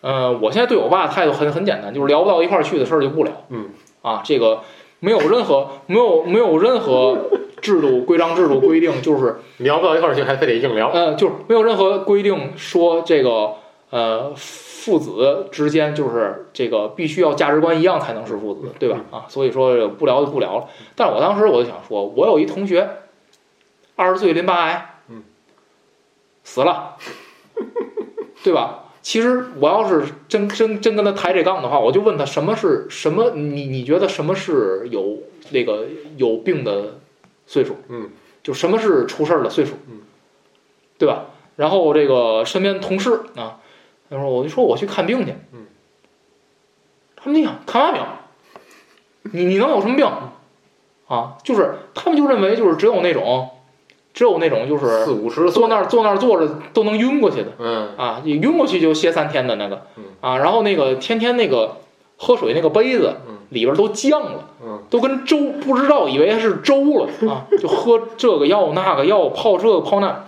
Speaker 2: 呃，我现在对我爸的态度很很简单，就是聊不到一块儿去的事儿就不聊，
Speaker 1: 嗯，
Speaker 2: 啊，这个没有任何没有没有任何制度规章制度规定，就是
Speaker 1: 哎聊不到一块儿去，还非得硬聊，
Speaker 2: 呃，就是没有任何规定说这个呃夫父子之间就是这个必须要价值观一样才能是父子，对吧？啊，所以说不聊就不聊了。但是我当时我就想说，我有一同学，二十岁淋巴癌，
Speaker 1: 嗯，
Speaker 2: 死了，对吧？其实我要是真真真跟他抬这杠的话，我就问他什么是什么？你你觉得什么是有那个有病的岁数？
Speaker 1: 嗯，
Speaker 2: 就什么是出事儿的岁数？
Speaker 1: 嗯，
Speaker 2: 对吧？然后这个身边同事啊，他说我就说我去看病去，
Speaker 1: 嗯，
Speaker 2: 他们就想看嘛 病？你你能有什么病？
Speaker 1: 嗯
Speaker 2: 啊，就是他们就认为就是只有那种，只有那种就是
Speaker 1: 四五十 岁，
Speaker 2: 坐那儿坐那儿坐着都能晕过去的。
Speaker 1: 嗯
Speaker 2: 啊，你晕过去就歇三天的那个
Speaker 1: 嗯，
Speaker 2: 啊，然后那个天天那个喝水那个杯子
Speaker 1: 嗯
Speaker 2: 里边都浆了，
Speaker 1: 嗯
Speaker 2: 都跟粥不知道以为是粥了啊，就喝这个药那个药泡这个泡那，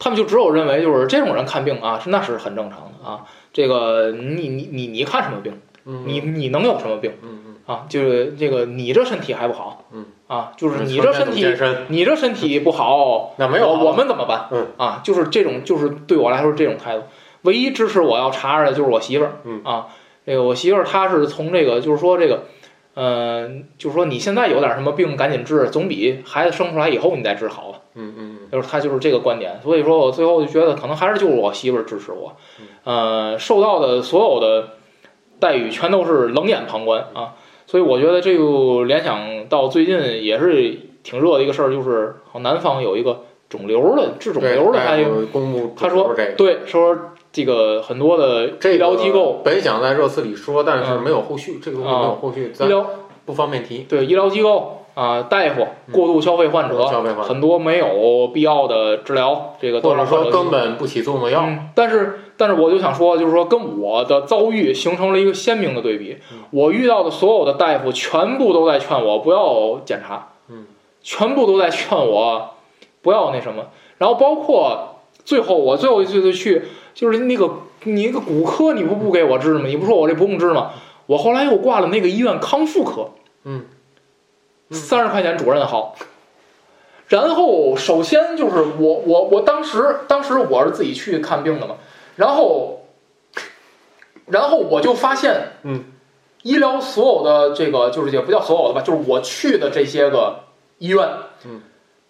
Speaker 2: 他们就只有认为就是这种人看病啊，是那是很正常的啊。这个你你你你看什么病？
Speaker 1: 嗯，
Speaker 2: 你你能有什么病
Speaker 1: 嗯
Speaker 2: 啊？就是这个你这身体还不好，
Speaker 1: 嗯
Speaker 2: 啊，
Speaker 1: 嗯，
Speaker 2: 就是你这身体
Speaker 1: 健身
Speaker 2: 你这身体不好，
Speaker 1: 那没有
Speaker 2: 我我
Speaker 1: 们
Speaker 2: 们怎么办？
Speaker 1: 嗯
Speaker 2: 啊，就是这种，就是对我来说是这种态度。唯一支持我要查查的就是我媳妇儿，
Speaker 1: 嗯
Speaker 2: 啊，这个我媳妇儿她是从这个，就是说这个，嗯、就是说你现在有点什么病赶紧治，总比孩子生出来以后你再治好吧。
Speaker 1: 嗯嗯
Speaker 2: 就是她就是这个观点，所以说我最后就觉得可能还是就是我媳妇儿支持我，
Speaker 1: 嗯
Speaker 2: 呃，受到的所有的待遇全都是冷眼旁观啊，所以我觉得这就联想到最近也是挺热的一个事儿，就是好像南方有一个肿瘤的
Speaker 1: 嗯，
Speaker 2: 治肿
Speaker 1: 对，
Speaker 2: 瘤的，还有
Speaker 1: 有公布
Speaker 2: 他说
Speaker 1: 这个
Speaker 2: 对说这个很多的
Speaker 1: 这
Speaker 2: 医疗机构
Speaker 1: 个本想在热词里说，但是
Speaker 2: 嗯
Speaker 1: 没有后续，这个东西没有后续，
Speaker 2: 医
Speaker 1: 咱
Speaker 2: 疗
Speaker 1: 不方便提。
Speaker 2: 对医疗机构啊、大夫
Speaker 1: 嗯
Speaker 2: 过度消费患者，
Speaker 1: 消费化，
Speaker 2: 很多没有必要的治疗，这个都
Speaker 1: 或
Speaker 2: 让
Speaker 1: 者
Speaker 2: 患
Speaker 1: 说
Speaker 2: 者
Speaker 1: 根本不起作用的药，
Speaker 2: 嗯，但是但是我就想说，就是说跟我的遭遇形成了一个鲜明的对比。
Speaker 1: 嗯
Speaker 2: 我遇到的所有的大夫全部都在劝我不要检查，
Speaker 1: 嗯，
Speaker 2: 全部都在劝我不要那什么。然后包括最后我最后一次去，就是那个你那个骨科你不不给我治吗？你不说我这不用治吗？我后来又挂了那个医院康复科，
Speaker 1: 嗯，嗯
Speaker 2: 三十块钱主任好。然后首先就是我我我当时当时我是自己去看病的嘛，然后然后我就发现，
Speaker 1: 嗯，
Speaker 2: 医疗所有的这个就是也不叫所有的吧，就是我去的这些个医院，
Speaker 1: 嗯，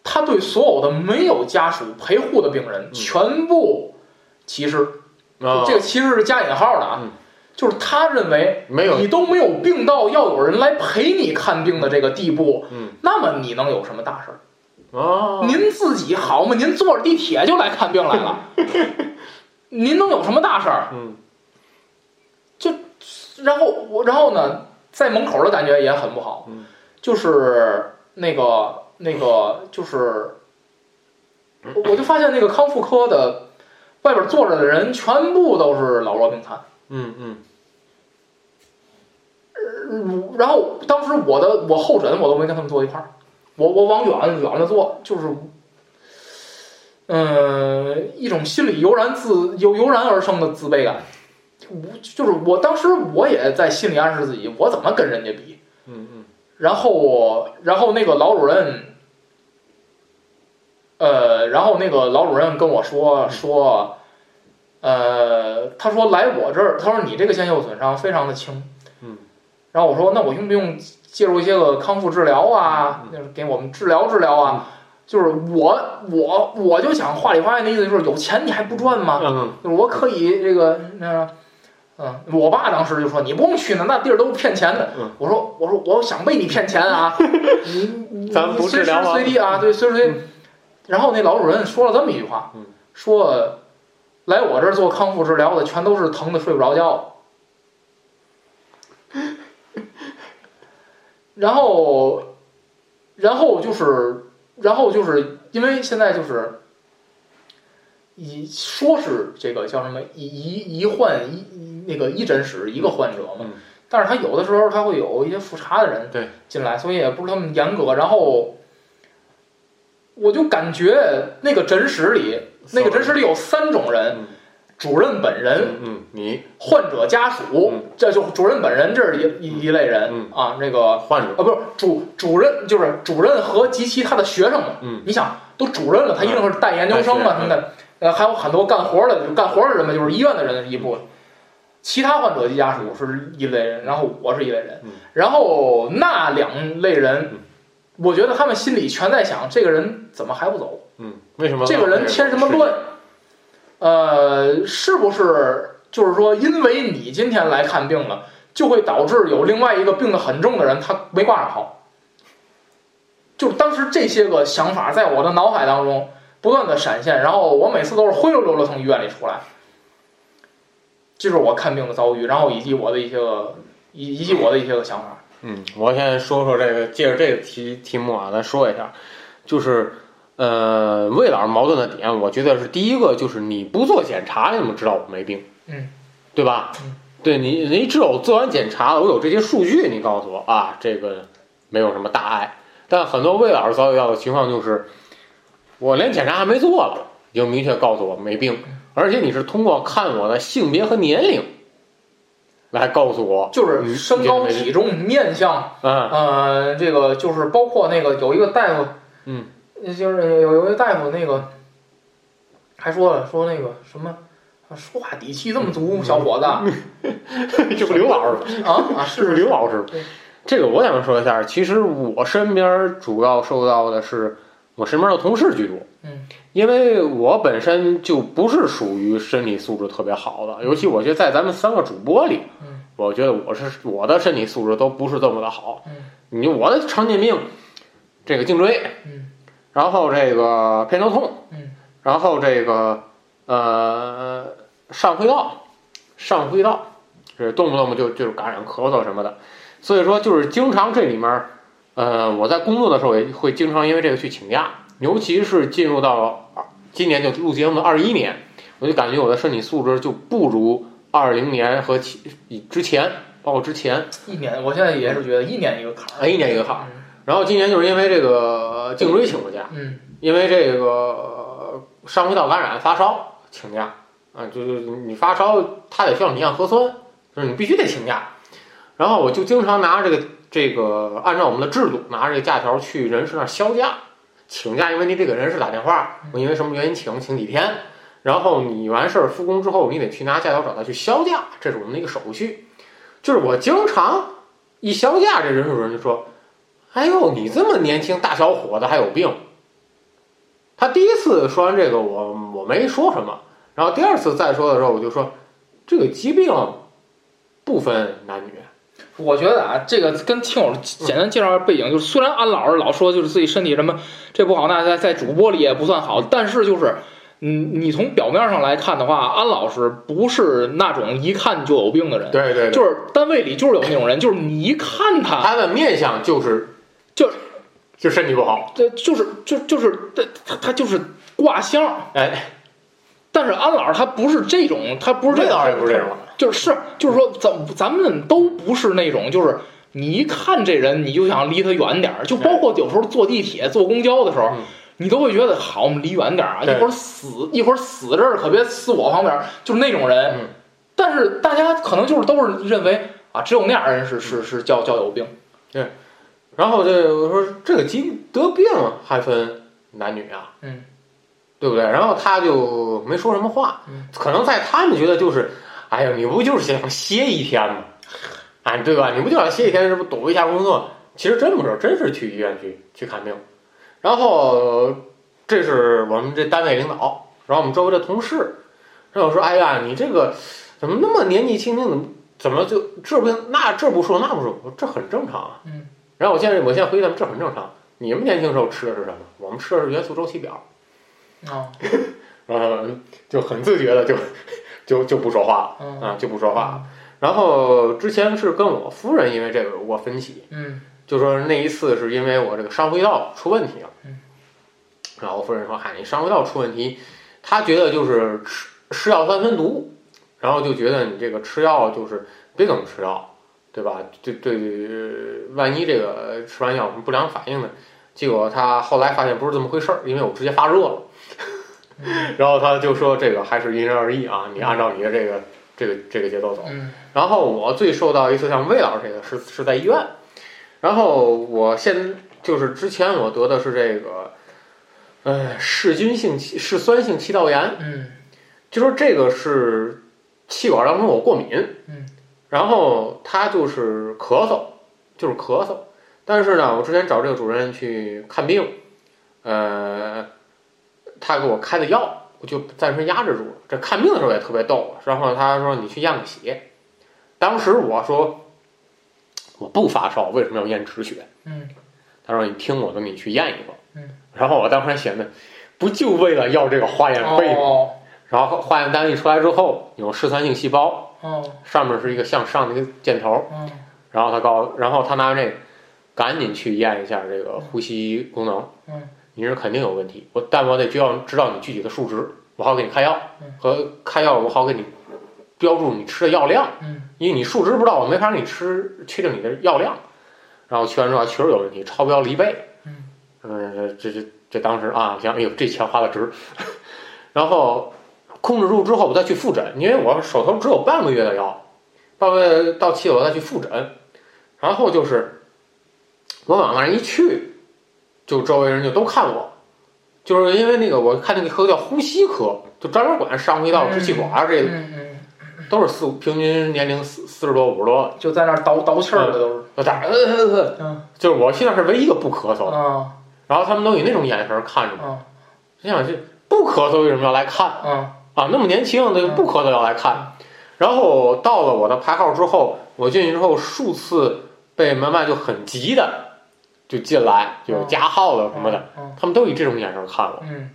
Speaker 2: 他对所有的没有家属陪护的病人、全部歧视，
Speaker 1: 嗯啊
Speaker 2: 这，个歧视是加引号的啊，
Speaker 1: 嗯
Speaker 2: 就是他认为
Speaker 1: 没有，
Speaker 2: 你都没有病到要有人来陪你看病的这个地步，
Speaker 1: 嗯
Speaker 2: 那么你能有什么大事儿？
Speaker 1: 啊，
Speaker 2: 您自己好嘛，您坐着地铁就来看病来了，您能有什么大事儿？
Speaker 1: 嗯
Speaker 2: 然后我，然后呢，在门口的感觉也很不好
Speaker 1: 嗯，
Speaker 2: 就是那个那个就是，我我就发现那个康复科的外边坐着的人全部都是老弱病残。
Speaker 1: 嗯嗯
Speaker 2: 嗯，然后当时我的我候诊我都没跟他们坐一块儿，我我往远远了坐，就是，嗯、一种心里油然自油油然而生的自卑感。我就是我当时我也在心里暗示自己，我怎么跟人家比？
Speaker 1: 嗯嗯
Speaker 2: 然后然后那个老主任，呃，然后那个老主任跟我说说，呃，他说来我这儿，他说你这个腱袖损伤非常的轻，
Speaker 1: 嗯，
Speaker 2: 然后我说那我用不用介入一些个康复治疗啊，就是给我们治疗治疗啊？就是我我我就想话里话外的意思就是有钱你还不赚吗？
Speaker 1: 嗯
Speaker 2: 就是我可以这个那啥，嗯，我爸当时就说你不用去那那地儿都是骗钱的。
Speaker 1: 嗯
Speaker 2: 我说我说我想被你骗 钱啊，你你
Speaker 1: 咱们不
Speaker 2: 随
Speaker 1: 治
Speaker 2: 时
Speaker 1: 疗啊
Speaker 2: 随地啊，对，随时随地。然后那老主任说了这么一句话
Speaker 1: 嗯，
Speaker 2: 说来我这儿做康复治疗的全都是疼的睡不着觉 的。然后，然后就是，然后就是因为现在就是以说是这个叫什么一一一患一一那个一诊室一个患者嘛，
Speaker 1: 嗯
Speaker 2: 但是他有的时候他会有一些复查的人
Speaker 1: 对
Speaker 2: 进来，所以也不是他们严格。然后我就感觉那个诊室里，那个诊室里有三种人：
Speaker 1: 嗯
Speaker 2: 主任本人、
Speaker 1: 嗯嗯，你
Speaker 2: 患者家属，
Speaker 1: 嗯
Speaker 2: 这就主任本人这是一一一类人、
Speaker 1: 嗯
Speaker 2: 啊。那个
Speaker 1: 患者，
Speaker 2: 啊，不是主主任，就是主任和及其他的学生们。
Speaker 1: 嗯
Speaker 2: 你想，都主任了，他一定是带研究生
Speaker 1: 嗯
Speaker 2: 嘛什么的，呃，还有很多干活的，干活的人嘛，就是医院的人一部分。其他患者及家属是一类人，然后我是一类人
Speaker 1: 嗯，
Speaker 2: 然后那两类人
Speaker 1: 嗯，
Speaker 2: 我觉得他们心里全在想，这个人怎么还不走？
Speaker 1: 嗯，为什么
Speaker 2: 这个人添什么乱？呃，是不是就是说，因为你今天来看病了，就会导致有另外一个病得很重的人他没挂上号？就是当时这些个想法在我的脑海当中不断的闪现，然后我每次都是灰溜溜的从医院里出来。这是我看病的遭遇，然后以及我的一些个以以及我的一些个想法。
Speaker 1: 嗯，我先说说这个，借着这个题题目啊，咱说一下，就是呃，魏老师矛盾的点，我觉得是第一个就是你不做检查，你怎么知道我没病？
Speaker 2: 嗯，
Speaker 1: 对吧？
Speaker 2: 嗯
Speaker 1: 对你，你只有做完检查了，我有这些数据，你告诉我啊，这个没有什么大碍。但很多魏老师遭遇到的情况就是，我连检查还没做了，你就明确告诉我没病，
Speaker 2: 嗯
Speaker 1: 而且你是通过看我的性别和年龄来告诉我，
Speaker 2: 就是身高、体重、面相，
Speaker 1: 嗯。
Speaker 2: 呃，这个就是包括那个有一个大夫，呃
Speaker 1: 嗯，
Speaker 2: 就是有有一个大夫那个还说了说那个什么，说话底气这么
Speaker 1: 嗯
Speaker 2: 足，小伙子啊
Speaker 1: 这不刘老师吗？
Speaker 2: 啊
Speaker 1: 这不
Speaker 2: 是
Speaker 1: 刘老师吗
Speaker 2: 对？
Speaker 1: 这个我想说一下，其实我身边主要受到的是我身边的同事居多。
Speaker 2: 嗯，
Speaker 1: 因为我本身就不是属于身体素质特别好的，尤其我觉得在咱们三个主播里，
Speaker 2: 嗯
Speaker 1: 我觉得我是我的身体素质都不是这么的好。
Speaker 2: 嗯
Speaker 1: 你我的常见病，这个颈椎，
Speaker 2: 嗯
Speaker 1: 然后这个偏头痛，
Speaker 2: 嗯，
Speaker 1: 然后这个呃上呼吸道，上呼吸道，这动不动就就是感染咳嗽什么的，所以说就是经常这里面儿，呃，我在工作的时候也会经常因为这个去请假，尤其是进入到二今年就录节目的二一年，我就感觉我的身体素质就不如二零年和其以之前，包括之前，
Speaker 2: 一年，我现在也是觉得一年一个坎儿，
Speaker 1: 哎一年一个坎儿然后今年就是因为这个呃颈椎请过假。
Speaker 2: 嗯，
Speaker 1: 因为这个呃上呼吸道感染发烧请假啊，就是你发烧，他得需要你验核酸，就是你必须得请假。然后我就经常拿这个这个按照我们的制度，拿这个假条去人事那儿销假请假，因为你得给人事打电话，我因为什么原因请，请几天。然后你完事儿复工之后，你得去拿假条找他去销假，这是我们的一个手续。就是我经常一销假，这人事主任就说：“哎呦，你这么年轻，大小伙子还有病。”他第一次说完这个，我我没说什么。然后第二次再说的时候，我就说，这个疾病不分男女。
Speaker 2: 我觉得啊，这个跟听
Speaker 1: 嗯
Speaker 2: 友简单介绍一下背景，就是虽然安老师老说就是自己身体什么这不好，那在在主播里也不算好，但是就是。嗯，你从表面上来看的话，安老师不是那种一看就有病的人，
Speaker 1: 对对
Speaker 2: 就是单位里就是有那种人，就是你一看他，
Speaker 1: 他的面相就是
Speaker 2: 就是
Speaker 1: 就身体不好。
Speaker 2: 这就是就就是他他他就是挂相儿。
Speaker 1: 哎，
Speaker 2: 但是安老师他不是这种，他不是这
Speaker 1: 魏
Speaker 2: 种，
Speaker 1: 老师也不是这种，
Speaker 2: 就是是就是说咱咱们都不是那种，就是你一看这人你就想离他远点儿，就包括有时候坐地铁、坐公交的时候
Speaker 1: 嗯。
Speaker 2: 你都会觉得好，我们离远点儿啊！一
Speaker 1: 对
Speaker 2: 会儿死，一会儿死这儿，可别死我旁边儿，就是那种人。
Speaker 1: 嗯
Speaker 2: 但是大家可能就是都是认为啊，只有那样的人是是是叫叫有病。
Speaker 1: 然后这我说这个疾得病还分男女啊？
Speaker 2: 嗯，
Speaker 1: 对不对？然后他就没说什么话。
Speaker 2: 嗯
Speaker 1: 可能在他们觉得就是，哎呀，你不就是想歇一天吗？啊，对吧？你不就想歇一天，这不躲一下工作？其实真不是，真是去医院去去看病。然后这是我们这单位领导，然后我们周围的同事，然后说，哎呀，你这个怎么那么年纪轻轻，怎么怎么就这不那这不说那不说，我说这很正常啊。
Speaker 2: 嗯。
Speaker 1: 然后我现在我现在回忆他们，这很正常。你们年轻时候吃的是什么？我们吃的是元素周期表。哦
Speaker 2: 啊，
Speaker 1: 嗯，就很自觉的就就就不说话了
Speaker 2: 嗯
Speaker 1: 啊，就不说话了。然后之前是跟我夫人因为这个有过分歧，
Speaker 2: 嗯
Speaker 1: 就说那一次是因为我这个上呼吸道出问题了
Speaker 2: 嗯。
Speaker 1: 然后我夫人说：“嗨、你上呼吸道出问题，她觉得就是吃吃药三分毒，然后就觉得你这个吃药就是别总吃药，对吧？对对，万一这个吃完药有什么不良反应呢？结果她后来发现不是这么回事儿，因为我直接发热了。”
Speaker 2: 嗯
Speaker 1: 然后他就说这个还是因人而异啊，你按照你的这个这个这个节奏走。
Speaker 2: 嗯
Speaker 1: 然后我最受到一次像魏老师这个是是在医院，然后我现就是之前我得的是这个，呃，嗜菌性气嗜酸性气道炎，
Speaker 2: 嗯
Speaker 1: 就说这个是气管当中有过敏，
Speaker 2: 嗯，
Speaker 1: 然后他就是咳嗽，就是咳嗽。但是呢，我之前找这个主任去看病，呃，他给我开的药，我就暂时压制住了。这看病的时候也特别逗，然后他说你去验个血，当时我说我不发烧，为什么要验止血？
Speaker 2: 嗯，
Speaker 1: 他说你听我的，你去验一个。
Speaker 2: 嗯，
Speaker 1: 然后我当时还寻思，不就为了要这个化验费吗？
Speaker 2: 哦
Speaker 1: 然后化验单一出来之后，有嗜酸性细胞，
Speaker 2: 哦
Speaker 1: 上面是一个向上的一个箭头，
Speaker 2: 嗯
Speaker 1: 然后他告，然后他拿这个，赶紧去验一下这个呼吸功能，
Speaker 2: 嗯，
Speaker 1: 你是肯定有问题，我但我得就要知道你具体的数值，我好给你开药
Speaker 2: 嗯
Speaker 1: 和开药，我好给你标注你吃的药量，
Speaker 2: 嗯
Speaker 1: 因为你数值不知道，我没法给你吃确定你的药量。然后去完之后确实有问题，超标离倍。
Speaker 2: 嗯
Speaker 1: 嗯，这这这当时啊，想，哎呦，这钱花的值。 然后控制住之后，我再去复诊，因为我手头只有半个月的药，半个月到期了我再去复诊。然后就是我往那儿一去，就周围人就都看我，就是因为那个我看那个科叫呼吸科，就专门管上呼吸道、支气管啊这
Speaker 2: 嗯
Speaker 1: 都是四五，平均年龄四四十多五十多，
Speaker 2: 嗯，就在那儿倒倒气儿了都是。
Speaker 1: 就大家呃呃呃，
Speaker 2: 嗯
Speaker 1: 就是我现在是唯一一个不咳嗽的，
Speaker 2: 嗯
Speaker 1: 然后他们都以那种眼神儿看着我，
Speaker 2: 嗯
Speaker 1: 心想这不咳嗽为什么要来看
Speaker 2: 嗯
Speaker 1: 啊？那么年轻，那就不咳嗽要来看。然后到了我的排号之后，我进去之后数次被门外就很急的就进来，就有加号的什么的，
Speaker 2: 嗯
Speaker 1: 他们都以这种眼神儿看我，
Speaker 2: 嗯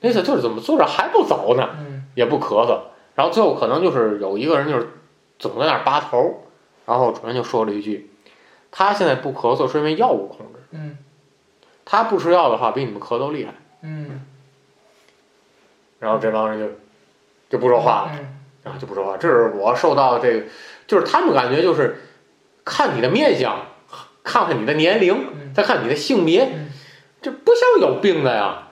Speaker 1: 那次就是怎么坐着还不走呢？
Speaker 2: 嗯
Speaker 1: 也不咳嗽。然后最后可能就是有一个人就是总在那儿拔头，然后主任就说了一句：“他现在不咳嗽是因为药物控制，
Speaker 2: 嗯
Speaker 1: 他不吃药的话比你们咳嗽厉害。
Speaker 2: 嗯，”
Speaker 1: 然后这帮人就就不说话了，
Speaker 2: 嗯
Speaker 1: 然后就不说话。这是我受到这个，就是他们感觉就是看你的面相，看看你的年龄，
Speaker 2: 嗯
Speaker 1: 再看你的性别
Speaker 2: 嗯，
Speaker 1: 这不像有病的呀，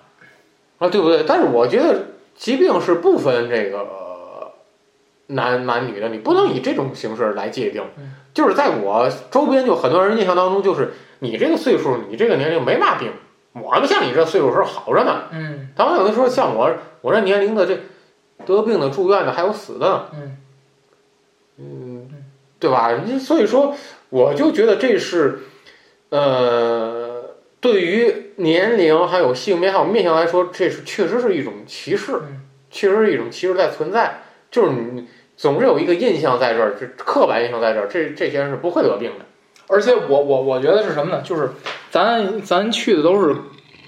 Speaker 1: 啊，对不对？但是我觉得疾病是不分这个呃男男女的，你不能以这种形式来界定
Speaker 2: 嗯。
Speaker 1: 就是在我周边，就很多人印象当中，就是你这个岁数，你这个年龄没嘛病，我们像你这岁数时候好着呢。
Speaker 2: 嗯
Speaker 1: 当然有的时候像我，我这年龄的这得病的、住院的，还有死的呢。
Speaker 2: 嗯
Speaker 1: 嗯，对吧？你所以说，我就觉得这是，呃，对于年龄还有性别还有面相来说，这是确实是一种歧视，
Speaker 2: 嗯
Speaker 1: 确实是一种歧视在存在。就是你总是有一个印象在这儿，这刻板印象在这儿，这这些人是不会得病的。
Speaker 2: 而且我我我觉得是什么呢？就是咱咱去的都是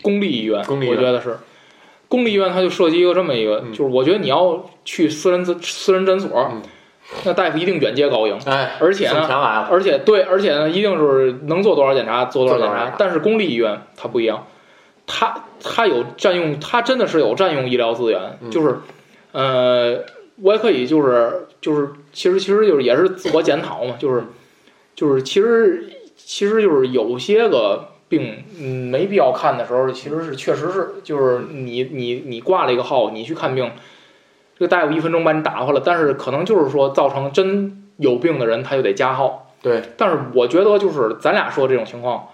Speaker 2: 公立医院，
Speaker 1: 公立医院
Speaker 2: 我觉得是公立医院，它就涉及一个这么一个，
Speaker 1: 嗯
Speaker 2: 就是我觉得你要去私人诊私人诊所，
Speaker 1: 嗯
Speaker 2: 那大夫一定远接高迎，
Speaker 1: 哎，
Speaker 2: 而且
Speaker 1: 送
Speaker 2: 呢，
Speaker 1: 钱来了，
Speaker 2: 而且对，而且呢，一定是能做多少检查做多少
Speaker 1: 做
Speaker 2: 检
Speaker 1: 多少检
Speaker 2: 查
Speaker 1: 查。
Speaker 2: 但是公立医院它不一样，它它有占用，它真的是有占用医疗资源，
Speaker 1: 嗯
Speaker 2: 就是呃，我也可以就是就是其实其实就是也是自我检讨嘛，就是就是其实其实就是有些个。病嗯没必要看的时候，其实是确实是就是你你你挂了一个号，你去看病，这个大夫一分钟把你打发了，但是可能就是说造成真有病的人他就得加号，
Speaker 1: 对，
Speaker 2: 但是我觉得就是咱俩说的这种情况，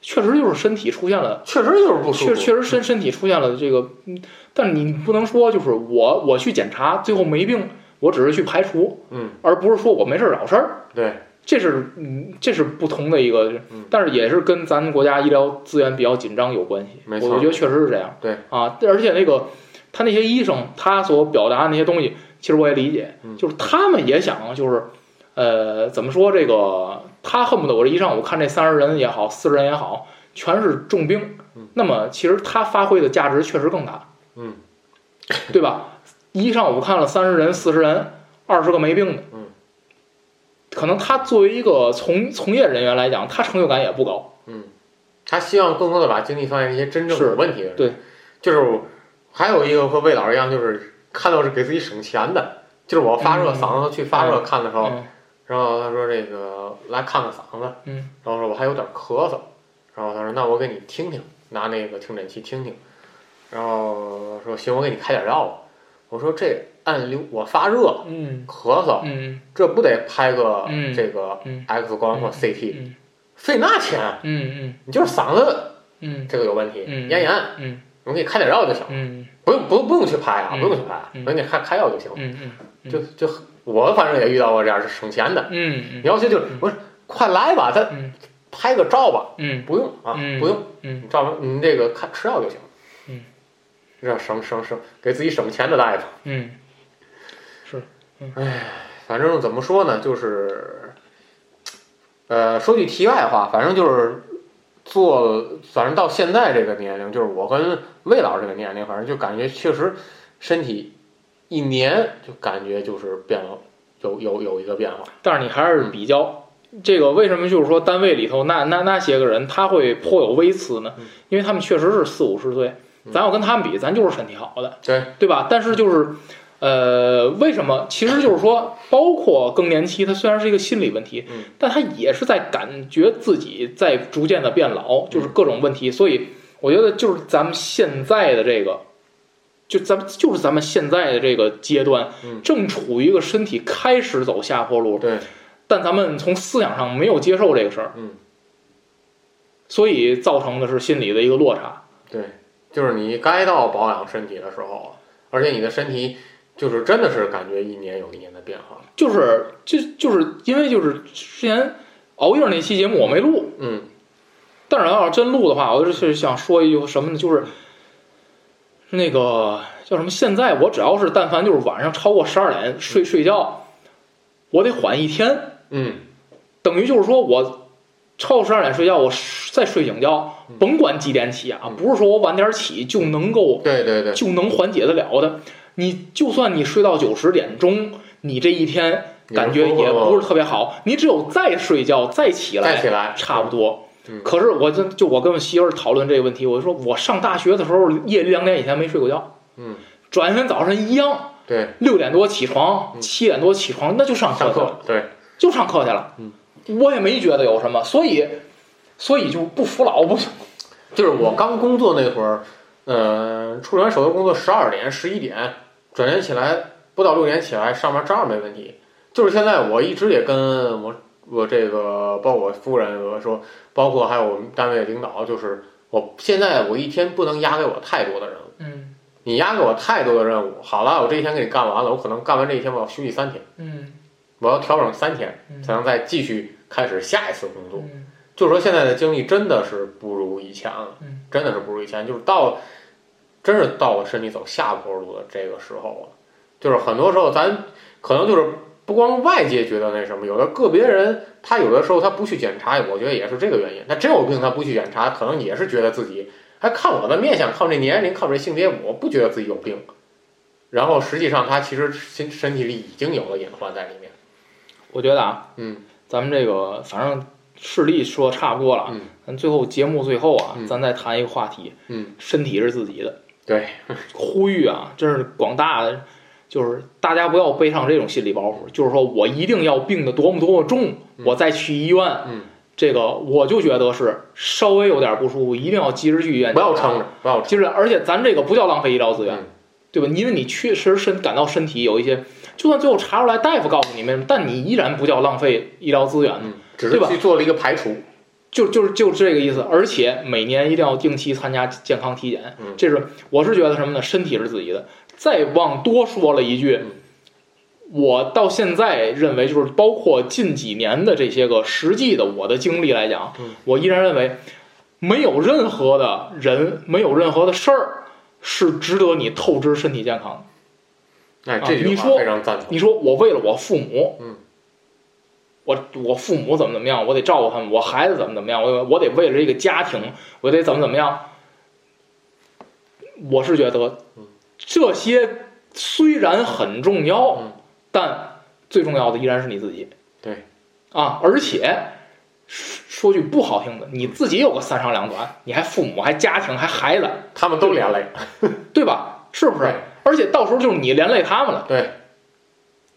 Speaker 2: 确实就是身体出现了，
Speaker 1: 确实就是不舒
Speaker 2: 确
Speaker 1: 服。嗯
Speaker 2: 确实身身体出现了这个，嗯但你不能说就是我我去检查最后没病，我只是去排除，
Speaker 1: 嗯，
Speaker 2: 而不是说我没事儿找事儿，
Speaker 1: 对，
Speaker 2: 这是嗯这是不同的一个
Speaker 1: 嗯，
Speaker 2: 但是也是跟咱国家医疗资源比较紧张有关系，
Speaker 1: 没错
Speaker 2: 我觉得确实是这样，
Speaker 1: 对
Speaker 2: 啊，而且那个他那些医生他所表达的那些东西，其实我也理解，
Speaker 1: 嗯
Speaker 2: 就是他们也想就是。呃，怎么说这个？他恨不得我这一上午看这三十人也好，四十人也好，全是重病
Speaker 1: 嗯。
Speaker 2: 那么其实他发挥的价值确实更大，
Speaker 1: 嗯，
Speaker 2: 对吧？一上午看了三十人、四十人，二十个没病的，
Speaker 1: 嗯，
Speaker 2: 可能他作为一个从从业人员来讲，他成就感也不高。
Speaker 1: 嗯，他希望更多的把精力放在一些真正
Speaker 2: 是
Speaker 1: 有问题的人。
Speaker 2: 对，
Speaker 1: 就是还有一个和魏老师一样，就是看到是给自己省钱的。就是我发热
Speaker 2: 嗯
Speaker 1: 嗓子去发热看的时候，
Speaker 2: 嗯
Speaker 1: 然后他说这个来看看嗓子，
Speaker 2: 嗯，
Speaker 1: 然后说我还有点咳嗽，然后他说那我给你听听，拿那个听诊器听听，然后说行，我给你开点药吧。我说这按理我发热
Speaker 2: 嗯
Speaker 1: 咳嗽，
Speaker 2: 嗯
Speaker 1: 这不得拍个
Speaker 2: 嗯
Speaker 1: 这个
Speaker 2: 嗯
Speaker 1: X 光或 CT，、
Speaker 2: 嗯
Speaker 1: 费那钱？啊
Speaker 2: 嗯
Speaker 1: 你就是嗓子
Speaker 2: 嗯
Speaker 1: 这个有问题，
Speaker 2: 嗯
Speaker 1: 咽炎，
Speaker 2: 嗯
Speaker 1: 我给你开点药就行，
Speaker 2: 嗯
Speaker 1: 不用不用不用去拍啊，
Speaker 2: 嗯
Speaker 1: 不用去拍啊，
Speaker 2: 嗯
Speaker 1: 我给你开开药就行，
Speaker 2: 嗯嗯
Speaker 1: 就就我反正也遇到过这样是省钱的。
Speaker 2: 嗯
Speaker 1: 你要求就是
Speaker 2: 嗯
Speaker 1: 不是快来吧，咱
Speaker 2: 嗯
Speaker 1: 拍个照吧，
Speaker 2: 嗯
Speaker 1: 不用啊，
Speaker 2: 嗯
Speaker 1: 不用，
Speaker 2: 嗯，
Speaker 1: 你照完你这个看吃药就行。
Speaker 2: 嗯，
Speaker 1: 这样省省省，给自己省钱的大夫。
Speaker 2: 嗯
Speaker 1: 反正怎么说呢，就是，呃，说句题外话，反正就是做，反正到现在这个年龄，就是我跟魏老师这个年龄，反正就感觉确实身体一年就感觉就是变了，有有有一个变化。
Speaker 2: 但是你还是比较。
Speaker 1: 嗯
Speaker 2: 这个为什么就是说单位里头那那那些个人他会颇有微词呢
Speaker 1: 嗯？
Speaker 2: 因为他们确实是四五十岁，
Speaker 1: 嗯
Speaker 2: 咱要跟他们比，咱就是身体好的，
Speaker 1: 对
Speaker 2: 对吧？但是就是，呃，为什么？其实就是说，包括更年期，它虽然是一个心理问题，
Speaker 1: 嗯
Speaker 2: 但它也是在感觉自己在逐渐的变
Speaker 1: 嗯
Speaker 2: 老，就是各种问题。所以我觉得就是咱们现在的这个，就咱们就是咱们现在的这个阶段，
Speaker 1: 嗯
Speaker 2: 正处于一个身体开始走下坡路，
Speaker 1: 对，
Speaker 2: 但咱们从思想上没有接受这个事儿，
Speaker 1: 嗯，
Speaker 2: 所以造成的是心理的一个落差。
Speaker 1: 对，就是你该到保养身体的时候了，而且你的身体就是真的是感觉一年有一年的变化。
Speaker 2: 就是就就是因为就是之前熬夜那期节目我没录，
Speaker 1: 嗯
Speaker 2: 但是要是真录的话，我就是想说一句什么呢？就是是那个叫什么？现在我只要是但凡就是晚上超过十二点睡睡觉，我得缓一天，
Speaker 1: 嗯
Speaker 2: 等于就是说我超过十二点睡觉，我再睡醒觉
Speaker 1: 嗯，
Speaker 2: 甭管几点起啊
Speaker 1: 嗯，
Speaker 2: 不是说我晚点起就能够
Speaker 1: 对对对，
Speaker 2: 就能缓解得了的。你就算你睡到九十点钟，你这一天感觉也不是特别好。你只有再睡觉再起
Speaker 1: 再起
Speaker 2: 来，
Speaker 1: 来
Speaker 2: 差不多
Speaker 1: 嗯。
Speaker 2: 可是我就就我跟我媳妇儿讨论这个问题，我就说我上大学的时候夜里两点以前没睡过觉，
Speaker 1: 嗯
Speaker 2: 转天早晨一样
Speaker 1: 对，
Speaker 2: 六点多起床，
Speaker 1: 嗯
Speaker 2: 七点多起床，那就上课
Speaker 1: 上
Speaker 2: 去了。
Speaker 1: 课对。
Speaker 2: 就上课去了。
Speaker 1: 嗯，
Speaker 2: 我也没觉得有什么，所以所以就不服老不行。
Speaker 1: 就是我刚工作那会儿，呃，处理完手头工作十二点、十一点，转天起来不到六点起来上班照样没问题。就是现在我一直也跟我我这个包括我夫人我说，包括还有我们单位领导，就是我现在我一天不能压给我太多的任务。
Speaker 2: 嗯
Speaker 1: 你压给我太多的任务，好了，我这一天给你干完了，我可能干完这一天我要休息三天，
Speaker 2: 嗯
Speaker 1: 我要调整三天，
Speaker 2: 嗯
Speaker 1: 才能再继续开始下一次工作。
Speaker 2: 嗯
Speaker 1: 就说现在的精力真的是不如以前了，
Speaker 2: 嗯
Speaker 1: 真的是不如以前，就是到了，真是到了身体走下坡路的这个时候了。就是很多时候咱可能就是不光外界觉得那什么，有的个别人他有的时候他不去检查，我觉得也是这个原因。他真有病他不去检查，可能也是觉得自己还看我的面相，看我这年龄，看我这性别，我不觉得自己有病。然后实际上他其实身身体里已经有了隐患在里面。
Speaker 2: 我觉得啊，
Speaker 1: 嗯，
Speaker 2: 咱们这个反正事例说差不多了，
Speaker 1: 嗯，
Speaker 2: 咱最后节目最后啊，
Speaker 1: 嗯
Speaker 2: 咱再谈一个话题，
Speaker 1: 嗯，
Speaker 2: 身体是自己的，
Speaker 1: 对，
Speaker 2: 呼吁啊，真是广大的。就是大家不要背上这种心理包袱，就是说我一定要病得多么多么重，
Speaker 1: 嗯
Speaker 2: 我再去医院。
Speaker 1: 嗯，
Speaker 2: 这个我就觉得是稍微有点不舒服，一定要及时去医院。
Speaker 1: 不要撑着，不要撑
Speaker 2: 就是而且咱这个不叫浪费医疗资源，
Speaker 1: 嗯
Speaker 2: 对吧？因为你确实身感到身体有一些，就算最后查出来大夫告诉你们，但你依然不叫浪费医疗资源，
Speaker 1: 嗯，只
Speaker 2: 对
Speaker 1: 是
Speaker 2: 吧
Speaker 1: 去做了一个排除。
Speaker 2: 就就是就这个意思。而且每年一定要定期参加健康体检，
Speaker 1: 嗯
Speaker 2: 这是我是觉得什么呢？身体是自己的。再往多说了一句
Speaker 1: 嗯。
Speaker 2: 我到现在认为，就是包括近几年的这些个实际的我的经历来讲，
Speaker 1: 嗯
Speaker 2: 我依然认为，没有任何的人，没有任何的事儿是值得你透支身体健康的。
Speaker 1: 哎，
Speaker 2: 啊
Speaker 1: 这句
Speaker 2: 你
Speaker 1: 话
Speaker 2: 说
Speaker 1: 非常赞同。
Speaker 2: 你说我为了我父母，
Speaker 1: 嗯，
Speaker 2: 我我父母怎么怎么样，我得照顾他们，我孩子怎么怎么样，我我得为了这个家庭，我得怎么怎么样。我是觉得
Speaker 1: 嗯
Speaker 2: 这些虽然很重要，
Speaker 1: 嗯
Speaker 2: 但最重要的依然是你自己。
Speaker 1: 对，
Speaker 2: 啊，而且说说句不好听的，你自己有个三长两短，你还父母，还家庭，还孩子，
Speaker 1: 他们都连累，
Speaker 2: 对吧？是不是
Speaker 1: 对？
Speaker 2: 而且到时候就是你连累他们了。
Speaker 1: 对，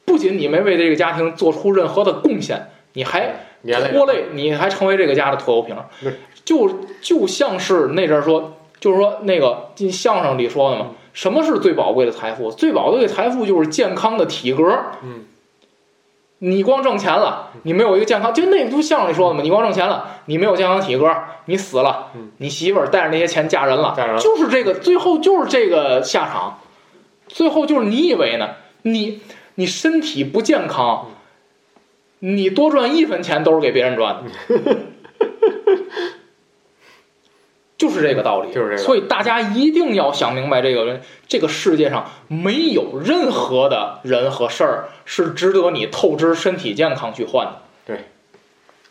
Speaker 2: 不仅你没为这个家庭做出任何的贡献，你还
Speaker 1: 嗯连累
Speaker 2: 拖累，你还成为这个家的拖油瓶儿
Speaker 1: 对。
Speaker 2: 就就像是那阵儿说，就是说那个进相声里说的
Speaker 1: 嗯
Speaker 2: 嘛，什么是最宝贵的财富？最宝贵的财富就是健康的体格。
Speaker 1: 嗯，
Speaker 2: 你光挣钱了，你没有一个健康，就那不相声里说的嘛，你光挣钱了，你没有健康体格，你死了
Speaker 1: 嗯，
Speaker 2: 你媳妇儿带着那些钱嫁人了，
Speaker 1: 嫁人了
Speaker 2: 就是这个，最后就是这个下场，最后就是你以为呢？你你身体不健康，你多赚一分钱都是给别人赚的，就是这个道理。
Speaker 1: 就是这个
Speaker 2: 所以大家一定要想明白，这个这个世界上没有任何的人和事儿是值得你透支身体健康去换的。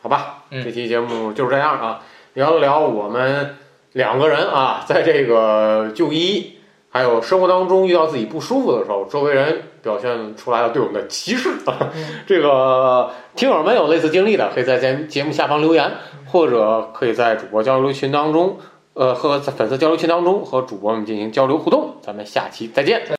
Speaker 1: 好吧，
Speaker 2: 嗯
Speaker 1: 这期节目就是这样啊，聊了聊我们两个人啊，在这个就医还有生活当中遇到自己不舒服的时候，周围人表现出来了对我们的歧视。
Speaker 2: 嗯
Speaker 1: 这个听友们有类似经历的，可以在节节目下方留言，或者可以在主播交流群当中，呃，和粉丝交流群当中和主播们进行交流互动。咱们下期再见。